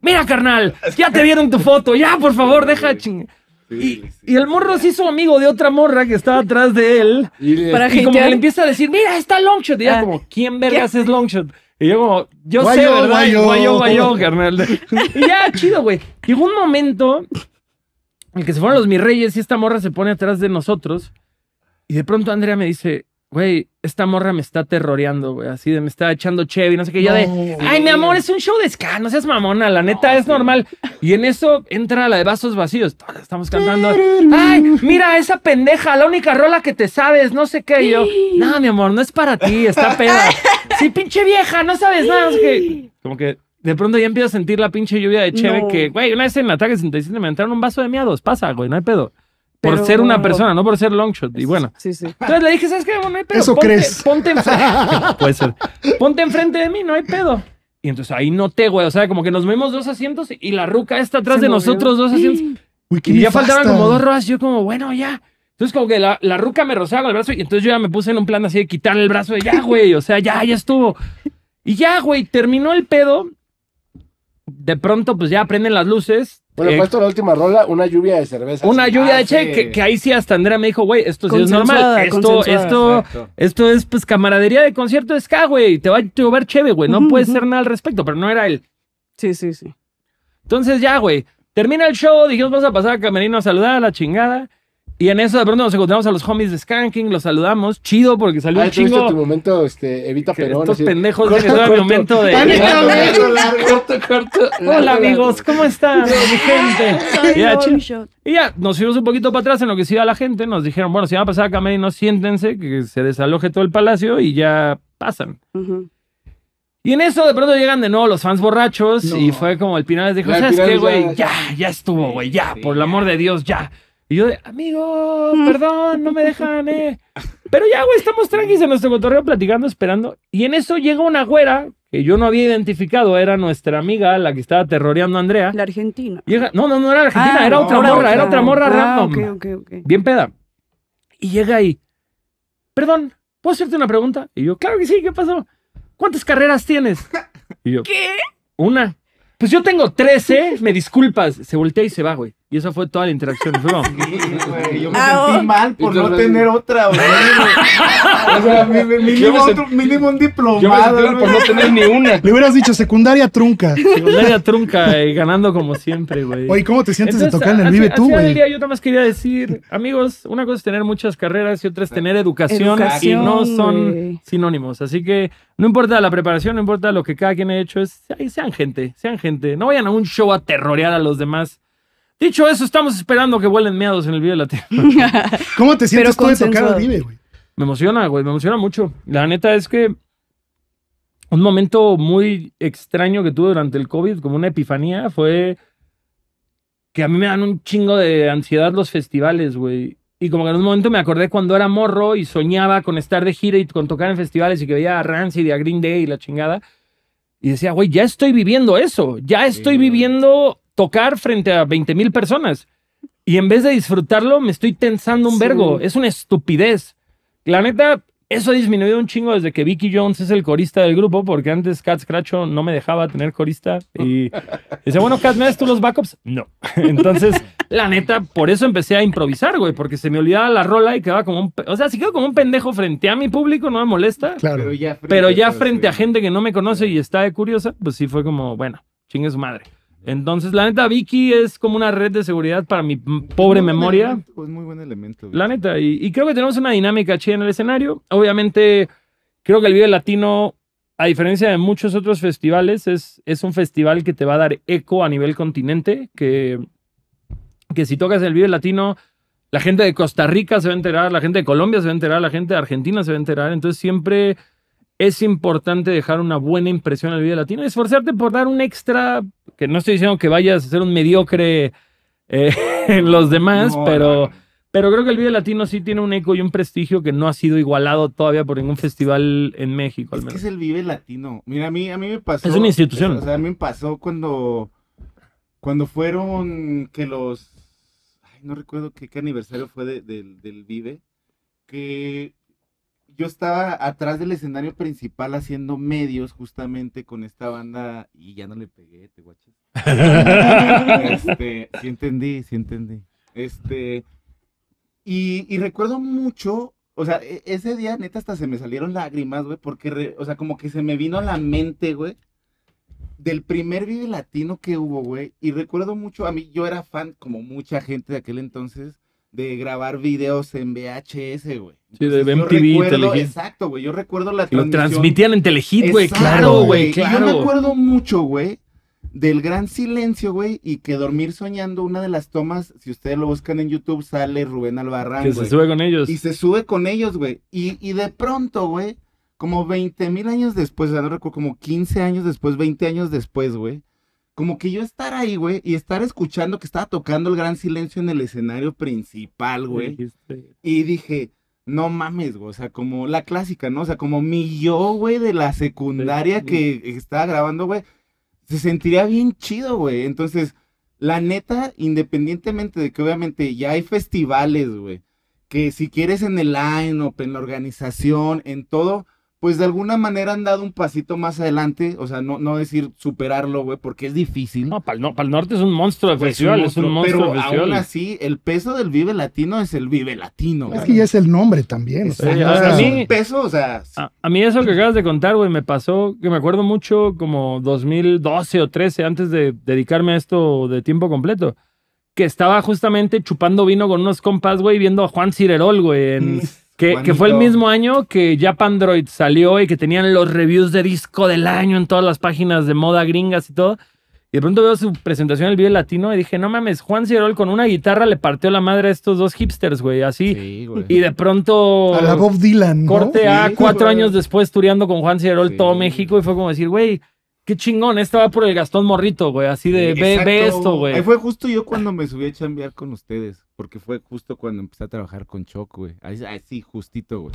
Mira, carnal, ya te vieron tu foto. Ya, por favor, deja de chingar. Y, y el morro se hizo amigo de otra morra que estaba atrás de él. Y le- Para Y como que hatear. le empieza a decir, mira, está Longshot. Y ya Ah. como, ¿quién vergas es Longshot? Y yo como, yo sé, Guayo, ¿verdad? Guayo, guayo. guayo, *laughs* carnal. Y ya, chido, güey. Llegó un momento en que se fueron los mis reyes y esta morra se pone atrás de nosotros. Y de pronto Andrea me dice, güey, esta morra me está terroreando, güey. Así de, me está echando chevy, no sé qué. Y Yo de, Ay, mi amor, es un show de ska, no seas mamona, la neta, es normal. Y en eso entra la de vasos vacíos. Todas estamos cantando. Ay, mira, esa pendeja, la única rola que te sabes, no sé qué. Y yo, no, mi amor, no es para ti, está peda. Sí, pinche vieja, no sabes nada. no sé qué. Como que de pronto ya empiezo a sentir la pinche lluvia de cheve No. que, güey, una vez en Ataque 67 me entraron un vaso de miados. Pasa, güey, no hay pedo. Por Pero- ser una persona, no por ser long shot. Y bueno. Sí, sí. Entonces le dije, ¿sabes qué? Bueno, no hay pedo. Eso ponte, crees. Ponte enfrente. Puede ser. Ponte enfrente de mí, no hay pedo. Y entonces ahí noté, güey. O sea, como que nos movimos dos asientos y la ruca está atrás Se de movió. nosotros dos asientos. Uy, qué Y ya nefasta. faltaban como dos rodas. Y yo, como, bueno, ya. Entonces, como que la, la ruca me rozaba con el brazo. Y entonces yo ya me puse en un plan así de quitarle el brazo de ya, güey. O sea, ya, ya estuvo. Y ya, güey, terminó el pedo. De pronto, pues ya prenden las luces. Bueno, Eh, pues esto la última rola, una lluvia de cerveza. una Sí. lluvia Ah, de che, sí. que, que ahí sí hasta Andrea me dijo, güey, esto sí es normal. Consensuada, Esto, consensuada. esto, esto es pues camaradería de concierto de ska, güey. Te va a llover chévere, güey. No Ujú, puedes ujú. hacer nada al respecto, pero no era él. Sí, sí, sí. Entonces ya, güey. Termina el show, dijimos, vamos a pasar a Camerino a saludar a la chingada. Y en eso de pronto nos encontramos a los homies de Skanking, los saludamos. Chido, porque salió Ah, un tuviste tu chingo. momento, este, Evita que Perón. estos así. pendejos Corto, de mi corto. momento de. Ah, neta, güey. Corto, corto. Hola amigos, ¿cómo están? mi gente. Soy Ya, chido. Longshot. Y ya, nos fuimos un poquito para atrás en lo que se iba la gente. Nos dijeron, bueno, si van a pasar a Camerino, siéntense, que se desaloje todo el palacio y ya pasan. Ujú. Y en eso de pronto llegan de nuevo los fans borrachos No. y fue como el Pinales dijo, Ya, el ¿sabes qué, Pinales güey? Ya, ya- ya estuvo, güey, ya, Sí, por el ya. amor de Dios, ya. Y yo de, amigo, perdón, no me dejan, eh. Pero ya, güey, estamos tranquilos en nuestro cotorreo platicando, esperando. Y en eso llega una güera que yo no había identificado, era nuestra amiga, la que estaba terroreando a Andrea. La Argentina. Llega, no, no, no era argentina, Ah, era otra ahora morra, era otra morra Ah, random. ok, ok, ok. *laughs* Bien peda. Y llega ahí. Perdón, ¿puedo hacerte una pregunta? Y yo, claro que sí, ¿qué pasó? ¿Cuántas carreras tienes? Y yo, ¿Qué? una. Pues yo tengo 13, me disculpas. Se voltea y se va, güey. Y esa fue toda la interacción. Fue como, Yo me Ah, sentí oh. mal por no Entonces, tener otra, güey. *laughs* O sea, mi- mi- Yo mínimo, me sentí- otro- mínimo Yo me un sentí diplomado. mal por no güey. tener ni una. Le hubieras dicho secundaria *laughs* trunca. secundaria trunca y ganando como siempre, güey. Oye, ¿cómo te sientes de Entonces, tocar en el al- Vive al tú, final del güey? día yo nada más quería decir, amigos, una cosa es tener muchas carreras y otra es tener educación, Educación, y no son güey. sinónimos. Así que no importa la preparación, no importa lo que cada quien ha hecho, es, ay, sean gente, sean gente. No vayan a un show a terrorear a los demás. Dicho eso, estamos esperando que vuelen meados en el video de la tele. ¿Cómo te sientes tú de tocar consensuado. al Vive, güey? Me emociona, güey, me emociona mucho. La neta es que un momento muy extraño que tuve durante el COVID, como una epifanía, fue que a mí me dan un chingo de ansiedad los festivales, güey. Y como que en un momento me acordé cuando era morro y soñaba con estar de gira y con tocar en festivales y que veía a Rancid y a Green Day y la chingada. Y decía, güey, ya estoy viviendo eso. Ya estoy güey. viviendo tocar frente a 20 mil personas. Y en vez de disfrutarlo, me estoy tensando un Sí. vergo. Es una estupidez. La neta, eso ha disminuido un chingo desde que Vicky Jones es el corista del grupo, porque antes Cat Scratcho no me dejaba tener corista. Y dice, bueno, Cat, ¿me das tú los backups? No. *laughs* Entonces, la neta, por eso empecé a improvisar, güey, porque se me olvidaba la rola y quedaba como un. pe- O sea, si quedo como un pendejo frente a mi público, no me molesta. Claro. ya frente, Pero ya sí. frente a gente que no me conoce y está de curiosa, pues sí fue como, bueno, chingue su madre. Entonces, la neta, Vicky es como una red de seguridad para mi m- pobre Muy buen memoria. elemento, Es muy buen elemento. güey. La neta, y, y creo que tenemos una dinámica chida en el escenario. Obviamente, creo que el Vive Latino, a diferencia de muchos otros festivales, es, es un festival que te va a dar eco a nivel continente, que, que si tocas el Vive Latino, la gente de Costa Rica se va a enterar, la gente de Colombia se va a enterar, la gente de Argentina se va a enterar. Entonces siempre es importante dejar una buena impresión al Vive Latino y esforzarte por dar un extra, que no estoy diciendo que vayas a ser un mediocre eh, *laughs* en los demás, No, pero... no, no. Pero creo que el Vive Latino sí tiene un eco y un prestigio que no ha sido igualado todavía por ningún festival en México, al Es que menos. es el Vive Latino. Mira, a mí, a mí me pasó. Es una institución. O sea, a mí me pasó cuando. Cuando fueron que los. Ay, no recuerdo qué, qué aniversario fue de- del- del Vive. Que yo estaba atrás del escenario principal haciendo medios justamente con esta banda y ya no le pegué, te guachas. este, sí entendí, sí entendí. Este, y, y recuerdo mucho, o sea, e- ese día neta hasta se me salieron lágrimas, güey, porque, re- o sea, como que se me vino a la mente, güey, del primer Vive Latino que hubo, güey. Y recuerdo mucho, a mí yo era fan, como mucha gente de aquel entonces, de grabar videos en VHS, güey. Sí, de Entonces, yo MTV, recuerdo- Telehit. Exacto, güey, yo recuerdo la Lo transmisión. transmitían en Telehit, güey. Exacto, Claro, güey. Y Yo me Claro. acuerdo mucho, güey, del gran silencio, güey, y que dormir soñando, una de las tomas, si ustedes lo buscan en YouTube, sale Rubén Albarrán, Que se güey. sube con ellos. Y se sube con ellos, güey. Y, y de pronto, güey, como 20 mil años después, o sea, no recuerdo, como 15 años después, 20 años después, güey. Como que yo estar ahí, güey, y estar escuchando que estaba tocando el gran silencio en el escenario principal, güey. Dijiste, Y dije, no mames, güey, o sea, como la clásica, ¿no? O sea, como mi yo, güey, de la secundaria Sí, que estaba grabando, güey, se sentiría bien chido, güey. Entonces, la neta, independientemente de que obviamente ya hay festivales, güey, que si quieres en el line-up, en la organización, en todo, pues de alguna manera han dado un pasito más adelante, o sea, no, no decir superarlo, güey, porque es difícil. No, para el, no- pa'l norte es un monstruo de Güey, festival, Pues, es un monstruo, pero de aún festival. así, el peso del Vive Latino es el Vive Latino. Es güey. que ya es el nombre también. o sea, Sí, O a- sea, a es mí- un peso, o sea, A, a mí eso que acabas de contar, güey, me pasó, que me acuerdo mucho como 2012 o 13, antes de dedicarme a esto de tiempo completo, que estaba justamente chupando vino con unos compas, güey, viendo a Juan Cirerol, güey, en, Que, que fue el Mm, Juanito. mismo año que Japandroid salió y que tenían los reviews de disco del año en todas las páginas de moda gringas y todo. Y de pronto veo su presentación en el video latino y dije, no mames, Juan Cirol con una guitarra le partió la madre a estos dos hipsters, güey, así. Sí, güey. Y de pronto... A la Bob Dylan. ¿no? Corte a Sí, cuatro güey. años después tureando con Juan Cirol Sí. todo México y fue como decir, güey, qué chingón, esta va por el Gastón Morrito, güey, así de, Sí, ve, ve exacto. esto, güey. Ahí fue justo yo cuando me subí a chambear con ustedes, porque fue justo cuando empecé a trabajar con Choc, güey. Ahí- Así, justito, güey.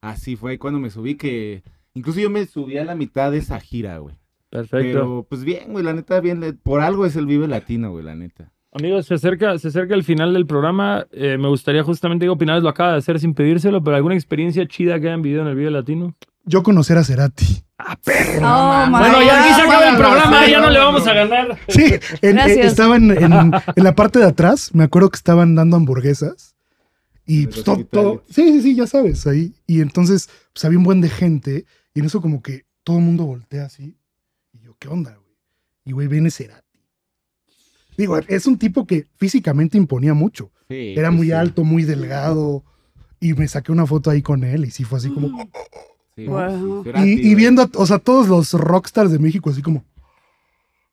Así fue ahí cuando me subí que... Incluso yo me subí a la mitad de esa gira, güey. Perfecto. Pero, pues bien, güey, la neta, bien. le- Por algo es el Vive Latino, güey, la neta. Amigos, se acerca, se acerca el final del programa. Eh, me gustaría justamente, digo, Pinales lo acaba de hacer sin pedírselo, pero alguna experiencia chida que hayan vivido en el video latino. Yo conocer a Cerati. Oh, my bueno, ya aquí se God. acaba el no, programa, no, ya no le no, vamos no. a ganar. Sí, en- Gracias. eh, estaba en, en- en la parte de atrás. Me acuerdo que estaban dando hamburguesas. Y De pues, los todo, todo- Sí, sí, sí, ya sabes. Ahí. Y entonces, pues había un buen de gente. Y en eso, como que todo el mundo voltea así. Y yo, ¿qué onda, güey? Y güey, viene Cerati. Digo, es un tipo que físicamente imponía mucho. Sí, Era pues, muy sí. alto, muy delgado. Y me saqué una foto ahí con él. Y sí fue así como. Sí, sí, Wow. Y- Cerati, Y, güey. viendo, a- o sea, todos los rockstars de México, así como.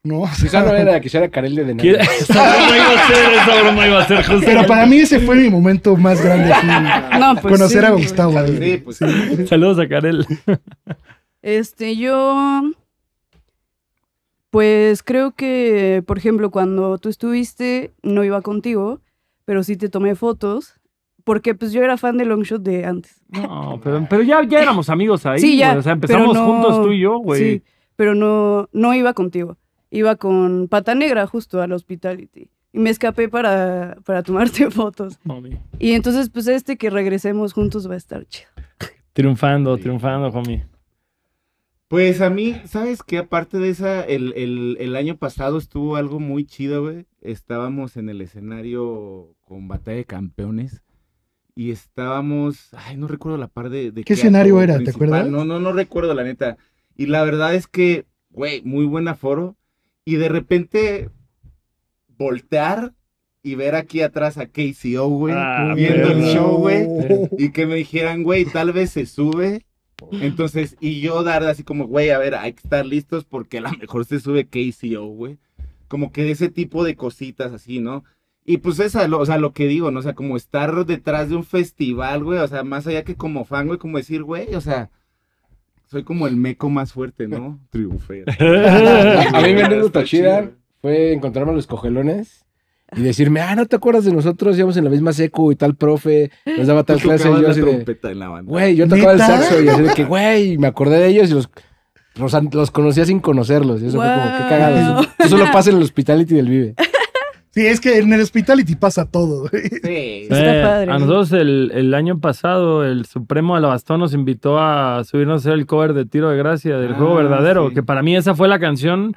No, o sea, Quizá no era, quizá era Carel de ¿Qué- Denali. Esa broma iba a ser, esa broma iba a ser justo. Pero para mí ese fue mi momento más grande. así, No, pues conocer sí, a güey. Gustavo. güey. Sí, pues sí. Saludos a Karel. Este, yo. Pues creo que, por ejemplo, cuando tú estuviste, no iba contigo, pero sí te tomé fotos, porque pues yo era fan de Longshot de antes. No, pero, pero ya, ya éramos amigos ahí. Sí, ya, güey. O sea, empezamos pero no- juntos tú y yo, güey. Sí, pero no, no iba contigo. Iba con Pata Negra justo al Hospitality. Y me escapé para, para tomarte *laughs* fotos. Homie. Y entonces, pues este que regresemos juntos va a estar chido. Triunfando, Sí. triunfando, homie. *laughs* Pues a mí, ¿sabes qué? Aparte de esa, el, el- el año pasado estuvo algo muy chido, güey. Estábamos en el escenario con Batalla de Campeones y estábamos, ay, no recuerdo la par de... de ¿Qué escenario acto era? ¿Te principal. acuerdas? No, no, no recuerdo, la neta. Y la verdad es que, güey, muy buen aforo. Y de repente voltear y ver aquí atrás a KCO, güey, Ah, viendo el perro. show, güey. güey. Y que me dijeran, güey, tal vez se sube. Entonces, y yo dar así como, güey, a ver, hay que estar listos porque a lo mejor se sube KCO, güey. Como que ese tipo de cositas así, ¿no? Y pues esa, lo- o sea, lo que digo, ¿no? O sea, como estar detrás de un festival, güey. O sea, más allá que como fan, güey, como decir, güey, o sea, soy como el meco más fuerte, ¿no? *laughs* Triunfé. A mí me anécdota Está chida chido. fue encontrarme a los cogelones y decirme, ah, ¿no te acuerdas de nosotros? Íbamos en la misma secu y tal profe, nos daba tal Tú clase. Y tocabas yo la así de, trompeta en la banda. güey, yo tocaba el ¿Neta? saxo. Y así de que, güey, me acordé de ellos y los, los, an- los conocía sin conocerlos. Y eso fue como, qué Wow. cagado. Eso, eso solo pasa en el hospitality del Vive. Sí, es que en el hospitality pasa todo. güey. Sí. Está padre, A ¿no? nosotros el, el año pasado el Supremo de la Bastón nos invitó a subirnos a hacer el cover de Tiro de Gracia del Ah, juego verdadero, sí. que para mí esa fue la canción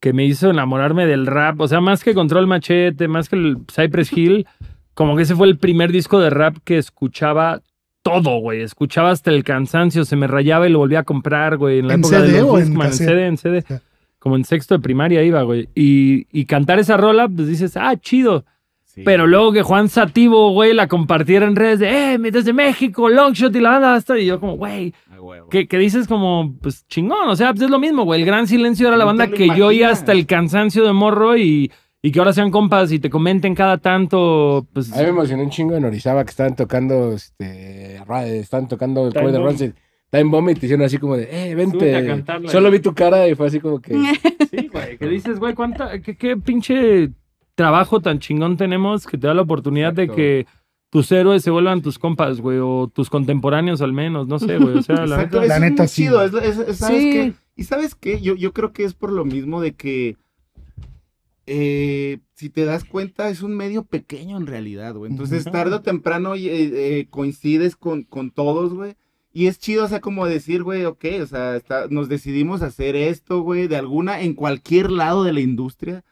que me hizo enamorarme del rap, o sea, más que Control Machete, más que el Cypress Hill, como que ese fue el primer disco de rap que escuchaba todo, güey, escuchaba hasta el cansancio, se me rayaba y lo volvía a comprar, güey, en la ¿En época CD de los o en Discman, en cassette? CD, en CD sea. como en sexto de primaria iba, güey. Y, y cantar esa rola, pues dices, ah, chido. Sí. Pero luego que Juan Sativo, güey, la compartiera en redes de, eh, desde México, Longshot y la banda hasta. Y yo, como, güey, Ah, huevo. que, que dices como, pues chingón. O sea, pues es lo mismo, güey. El gran silencio era la No te banda lo que yo oía imaginas. hasta el cansancio de morro y, y que ahora sean compas y te comenten cada tanto, pues. A mí me emocionó un chingo en Orizaba que estaban tocando, este, ra- estaban tocando el Time cover de Bomb. Rancid. Time Bomb y te hicieron así como de, eh, Súbete a vente. cantarla. Solo vi tu cara y fue así como que. Sí, güey. Que dices, güey, cuánta, qué, qué pinche trabajo tan chingón tenemos que te da la oportunidad Exacto. de que tus héroes se vuelvan tus compas, güey, o tus contemporáneos al menos, no sé, güey. O sea, la Exacto, neta. eso La es neta, muy sí. chido. es lo- es- es- ¿sabes Sí. qué? Y sabes qué, yo, yo creo que es por lo mismo de que eh, si te das cuenta, es un medio pequeño en realidad, güey. Entonces, Ujú. tarde o temprano y, eh, eh, coincides con, con todos, güey. Y es chido, o sea, como decir, güey, ok, o sea, está- nos decidimos hacer esto, güey, de alguna, en cualquier lado de la industria.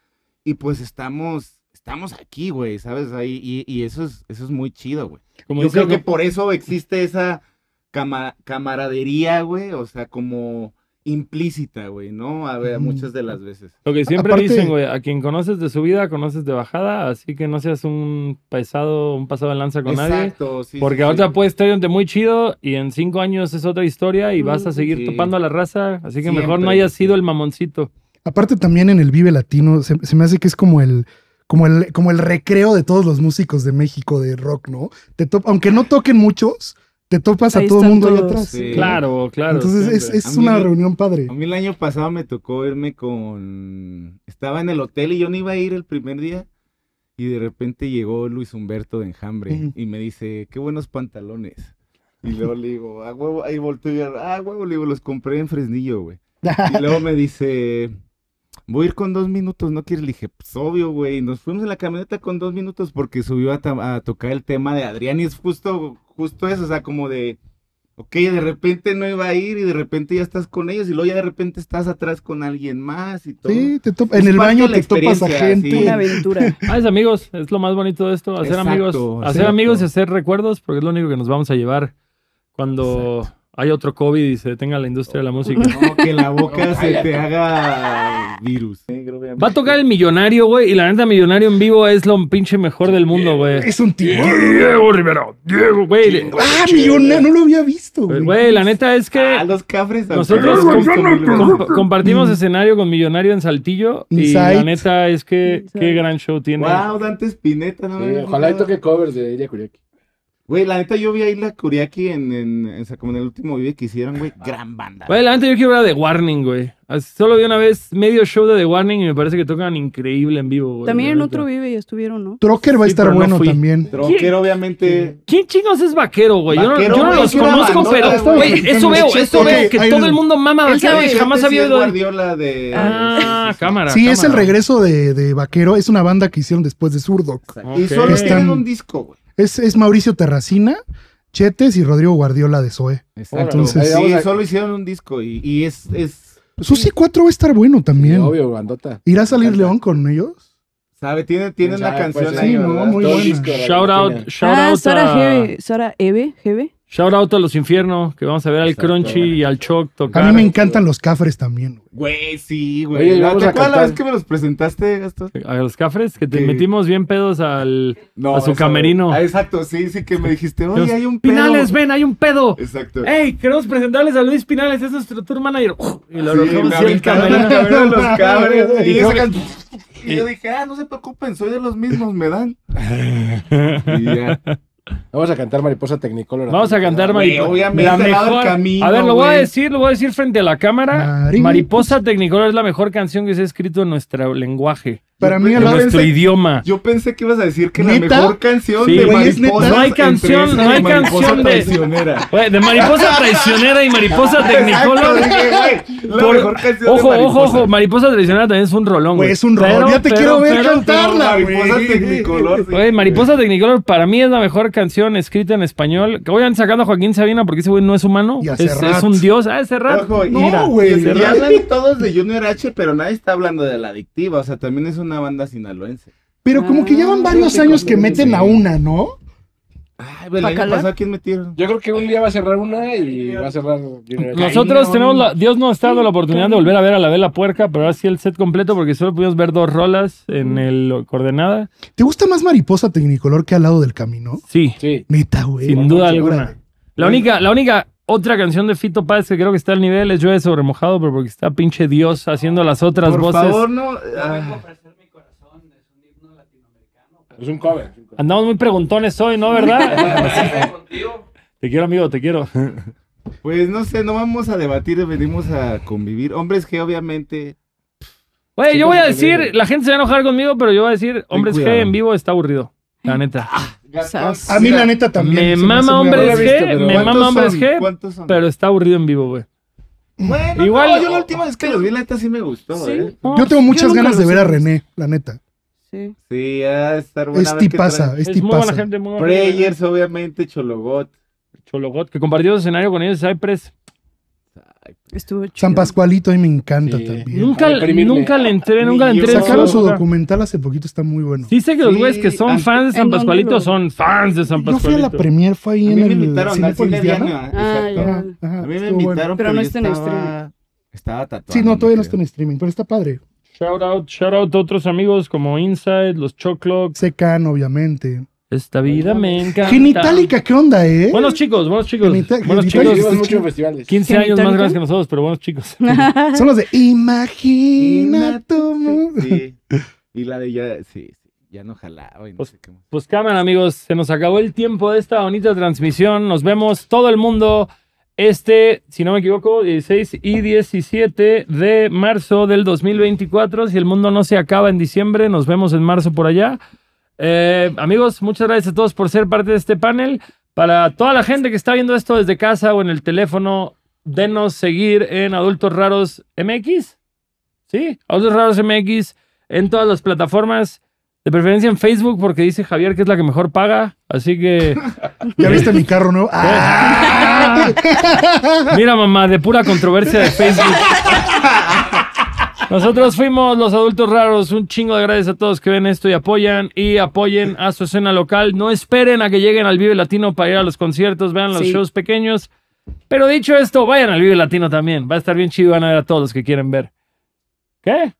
Y pues estamos, estamos aquí, güey, ¿sabes? Ahí, y, y eso es, eso es muy chido, güey. Como Yo dice creo que Ro- por eso existe esa cama- camaradería, güey, o sea, como implícita, güey, ¿no? A Mm. ver, Ujú. muchas de las veces. Lo que siempre Aparte- dicen, güey, a quien conoces de subida, conoces de bajada, así que no seas un pasado, un pasado de lanza con nadie. Exacto, sí. Porque sí, ahorita sí. puedes estar donde muy chido y en cinco años es otra historia y vas a seguir Mm. Sí. topando a la raza, así que mejor no Siempre. hayas sido el mamoncito. Aparte también en el Vive Latino, se, se me hace que es como el, como, el, como el recreo de todos los músicos de México de rock, ¿no? Te top- aunque no toquen muchos, te topas a Ahí todo el están mundo ahí todos, atrás. sí. ¿no? Claro, claro. Entonces es, siempre. es A mí una me- reunión padre. A *laughs* mí el año pasado me tocó irme con... Estaba en el hotel y yo no iba a ir el primer día. Y de repente llegó Luis Humberto de Enjambre Ujú. y me dice, qué buenos pantalones. Y luego le digo, ah, huevo, ahí volteo y, ah, huevo, le digo, los compré en Fresnillo, güey. Y luego me dice, voy a ir con dos minutos, ¿no quieres? Le dije, pues obvio, güey. Nos fuimos en la camioneta con dos minutos porque subió a, ta- a tocar el tema de Adrián y es justo, justo eso, o sea, como de, ok, de repente no iba a ir y de repente ya estás con ellos y luego ya de repente estás atrás con alguien más y todo. Sí, te top- Es en el parte baño de la te topas a experiencia, gente. sí. Una aventura. Ah, es amigos, es lo más bonito de esto, hacer Exacto, amigos, hacer exacto. amigos y hacer recuerdos, porque es lo único que nos vamos a llevar cuando hay otro COVID y se detenga la industria de la música. No, que *laughs* la boca se te haga virus. Va a tocar el millonario, güey, y la neta millonario en vivo es lo pinche mejor del mundo, güey. Es un tío. Diego Rivera, Diego, güey. Ah, millonario, no lo había visto. güey. Pues, Güey, la neta es Ah, que los cafres. nosotros aunque- comp- comp- compartimos escenario con Millonario en Saltillo y la Insight. neta es que Insight. qué gran show tiene. Wow, Dante Spinetta, no me Sí, había ojalá y fijado. toque covers de Iria Kuriaki. Güey, la neta, yo vi a Isla Kuriaki en, en, en- o sea, como en el último video que hicieron, güey. Gran banda. Güey, la neta yo quiero ver a The Warning, güey. Así- Solo vi una vez medio show de The Warning y me parece que tocan increíble en vivo, güey. También la en neta. otro Vive ya estuvieron, ¿no? Trocker va a Sí, estar pero no bueno fui. también. Tronquero, obviamente. ¿Quién chingos es vaquero, güey? Yo no, Vaquero, yo no güey, los es una conozco, bandota, pero güey. güey, eso veo, eso Ok, veo, que hay todo un- el mundo mama Él vaquero sabe y que jamás antes sí había es oído. Guardiola de. Ah, cámara. Sí, es el cámara. regreso de, de Vaquero. Es una banda que hicieron después de Surdoc. Y Ok. solo Están- tienen un disco, güey. Es, es Mauricio Terracina, Chetes y Rodrigo Guardiola de Zoe. Exacto. Entonces- Ahí vamos sí, a- solo hicieron un disco y, y es, es. Pues Susi 4 va a estar bueno también. Obvio, bandota. ¿Irá a salir León con ellos? ¿Sabe? Tienen, tienen Ya, la canción pues, ahí. sí, no, ¿verdad? muy Todo buena. disco de la Shout out, Argentina. shout Ah, out Sara a... Gebe. Sara Eve, Gebe. Shout out a los infiernos, que vamos a ver al Exacto. Crunchy y al Choc tocar. A mí me encantan los cafres también. güey. Güey, Oye, sí, güey. ¿No vamos ¿Te a acuerdas la cantar. vez que me los presentaste, Gastón? A los cafres, que te Sí. metimos bien pedos al No, a su eso- camerino. Ah, exacto, sí, sí, que me dijiste, oye, Los Eh, hay un pedo. Pinales, ven, hay un pedo. Exacto. ¡Ey! Queremos presentarles a Luis Pinales, es nuestro tour manager. Uf, Y lo Sí, arrojamos me así al aventaron camerino. el cabrón de *laughs* los cabres, güey, Y y yo- sacan- Y yo dije, ah, no se preocupen, soy de los mismos, me *laughs* dan. Y ya. Vamos a cantar Mariposa Technicolor. Vamos a cantar Güey, Mariposa. obviamente, La al lado del mejor. camino, a ver, lo voy a güey. decir, lo voy a decir frente a la cámara. Mariposa. Mariposa Tecnicolor es la mejor canción que se ha escrito en nuestro lenguaje. Para mí, Yo en Alba- nuestro pensé- idioma. Yo pensé que ibas a decir que la ¿Neta? mejor canción Sí, de güey, es neta. mariposa. No hay canción, no hay canción de- *laughs* traicionera. Güey, de mariposa traicionera y mariposa tecnicolor. La Por- mejor canción Ojo, de ojo, mariposa. ojo. Mariposa tradicional también es un rolón, güey, güey. es un rollo. Pero- ya te pero- quiero ver pero- cantarla, Mariposa güey. Tecnicolor, sí. Güey, Mariposa Tecnicolor para mí es la mejor canción escrita en español. Que obviamente sacando a Joaquín Sabina porque ese güey no es humano. Y a Es, es Serrat. un dios. Ah, ese rato. Ojo, y- No, mira, güey, y- Y cerrar. hablan todos de Junior H, pero nadie está hablando de la adictiva. O sea, también es una banda sinaloense. Pero como que llevan Ah, varios sí, años sí, que sí. meten a una, ¿no? Ay, güey, el año ¿Bacalar? pasado, ¿quién metieron? Yo creo que un día va a cerrar una y va a cerrar Junior H. Nosotros tenemos la, Dios nos está dando la oportunidad de volver a ver a la vela puerca, pero ahora sí el set completo porque solo pudimos ver dos rolas Mm. en el coordenada. ¿Te gusta más Mariposa Tecnicolor que al lado del camino? Sí, Sí. Neta, güey. sin duda Órale. alguna. La única, la única otra canción de Fito Páez que creo que está al nivel es Llueve sobre mojado, pero porque está pinche Dios haciendo las otras Por voces. favor, no. ah, Es un cover. es un cover. Andamos muy preguntones hoy, ¿no, verdad? te quiero, amigo, te quiero. pues no sé, no vamos a debatir, venimos a convivir. Hombres que obviamente. Güey, yo voy a Súper decir, increíble. la gente se va a enojar conmigo, pero yo voy a decir, hombres G cuidado. en vivo está aburrido. La neta. Sas. A mí, la neta, también. Me se mama hace muy hombres agradable. he G, visto, pero- me ¿Cuántos mama hombres son? G, ¿Cuántos son? *laughs* pero está aburrido en vivo, güey. Bueno, Igual- no, yo la última vez que los vi, la neta sí me gustó, Sí. ¿eh? Yo tengo muchas nunca ganas de los ver a he visto. René, la neta. Sí. Sí, ha de estar buena. a ver qué trae. Es tipaza, es Es muy buena tipaza. gente, muy buena gente. Prayers, obviamente, Chologot. Chologot, que compartió escenario con ellos, Cypress. Estuvo chido. San Pascualito a mí me encanta Sí. también. Nunca, Para deprimirme. nunca le entré, nunca le Ni entré. yo. en Sacaron su su boca. documental hace poquito, está muy bueno. Sí sé que los Sí, güeyes que son antes- fans de San ¿en dónde Pascualito lo- son fans de San Yo fui a la Pascualito. premier, fue ahí A en mí me el invitaron a Cinépolis Cine Diana. Diana. Ah, exacto. ya. Ajá, ajá, A mí me estuvo bueno. invitaron, Pero pero, no yo está en estaba... Estaba tatuado. Sí, no, todavía no está en streaming, pero está padre. Shout out, shout out a otros amigos como Inside, los Choclocks. Secan, obviamente. Esta vida me encanta. Genitalica, ¿qué onda, eh? Buenos chicos, buenos chicos. Genita- buenos Sí, genitalica chicos. llevan está muchos chido. festivales. 15 años más ¿Genitalica? grandes que nosotros, pero buenos chicos. Son los de Imagina tu mu- Sí. Y la de ya, sí, sí, ya no jalaba y no Pues- sé qué más. Pues cámara, amigos, se nos acabó el tiempo de esta bonita transmisión. Nos vemos todo el mundo este, si no me equivoco, 16 y 17 de marzo del 2024. Si el mundo no se acaba en diciembre, nos vemos en marzo por allá. Eh, amigos, muchas gracias a todos por ser parte de este panel. Para toda la gente que está viendo esto desde casa o en el teléfono, denos seguir en Adultos Raros MX. Sí, Adultos Raros MX en todas las plataformas. De preferencia en Facebook porque dice Javier que es la que mejor paga. Así que... *laughs* ¿Ya viste mi *laughs* carro nuevo? ¡Ah! Mira, mamá, de pura controversia de Facebook. Nosotros fuimos los adultos raros. Un chingo de gracias a todos que ven esto y apoyan. Y apoyen a su escena local. No esperen a que lleguen al Vive Latino para ir a los conciertos. Vean los Sí. shows pequeños. Pero dicho esto, vayan al Vive Latino también. Va a estar bien chido. Van a ver a todos los que quieren ver. ¿Qué?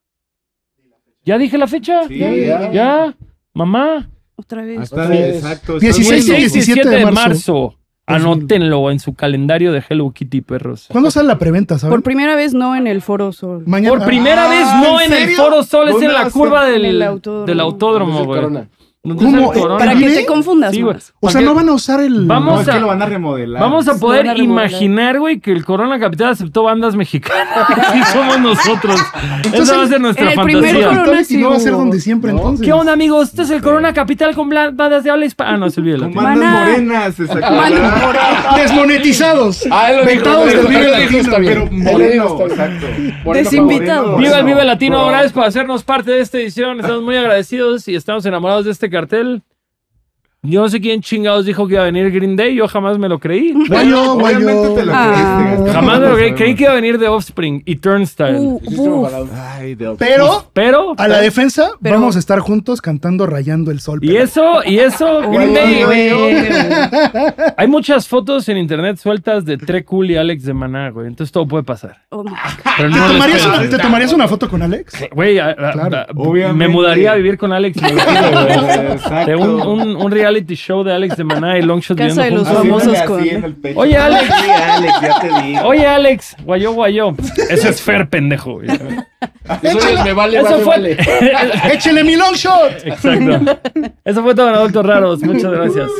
¿Ya dije la fecha? Sí, ¿Ya? ya. ¿Ya? ¿Mamá? *laughs* Otra vez. Hasta Otra vez. exacto. 16 estás y muy- 17 de marzo. Anótenlo en su calendario de Hello Kitty, perros. ¿Cuándo sale la preventa, Por sabes? primera vez no en el Foro Sol. Mañana. Por primera Ah, vez no en, ¿en el serio? Foro Sol, es ¿Dónde en va la a curva ser? del, En el autódromo. del autódromo, Entonces, güey. Corona. Donde es el ¿Cómo? Corona. Para que ¿Vive? te confundas Sí, güey. más. O sea, Porque no van a usar el. Vamos No, es a- que lo van a remodelar. Vamos a Van a poder remodelar. imaginar, güey, que el Corona Capital aceptó bandas mexicanas. Así somos nosotros. Esa va a ser nuestra en el primer fantasía. Corona Capital y sí no va a ser hubo. donde siempre, No. entonces. ¿Qué onda, amigos? Este es el Corona Capital con blan- bandas de habla hispana. Ah, no, se olvidó. Con la- bandas Maná. morenas, exacto. *laughs* Desmonetizados. Ah, él lo dijo, Vetados él lo dijo, del Vive él lo dijo, Latino, está bien. Pero Él lo dijo, moreno, está bien. exacto. Por eso Desinvitado. favorito, por Viva el eso. Vive Latino, Bro. gracias por hacernos parte de esta edición. Estamos muy agradecidos y estamos enamorados de este cartel. Yo no sé quién chingados dijo que iba a venir Green Day, yo jamás me lo creí. Guayo, Obviamente guayo. te lo Ah. creíste. Gastón. Jamás me lo creí. Creí que iba a venir de Offspring y Turnstile. Uh, Hiciste un uf. balado. Ay, Dios. Pero Pero. a la defensa Pero- vamos a estar juntos cantando Rayando el Sol. Y pero- eso, y eso, Green Day, Oye, güey. oye. Hay muchas fotos en internet sueltas de Tre Cool y Alex de Maná, güey. Entonces todo puede pasar. Oh, my God. Pero ¿Te no les tomarías, creo. una, ¿Te tomarías una foto con Alex? Güey, a- a- Claro, a- me obviamente. mudaría a vivir con Alex. y lo quiero, güey. Exacto. De un, un- un reality show de Alex de Maná y Longshot Casa de viviendo los juntos. Haciéndole famosos así con- en el pecho. Oye, Alex. Sí, Alex, ya te digo. Oye, Alex, guayó, guayó. Eso es Fer, pendejo. güey. Eso es, me vale, Eso vale, fue. vale. ¡Échele mi long shot! Exacto. Eso fue todo en Adultos Raros. Muchas gracias.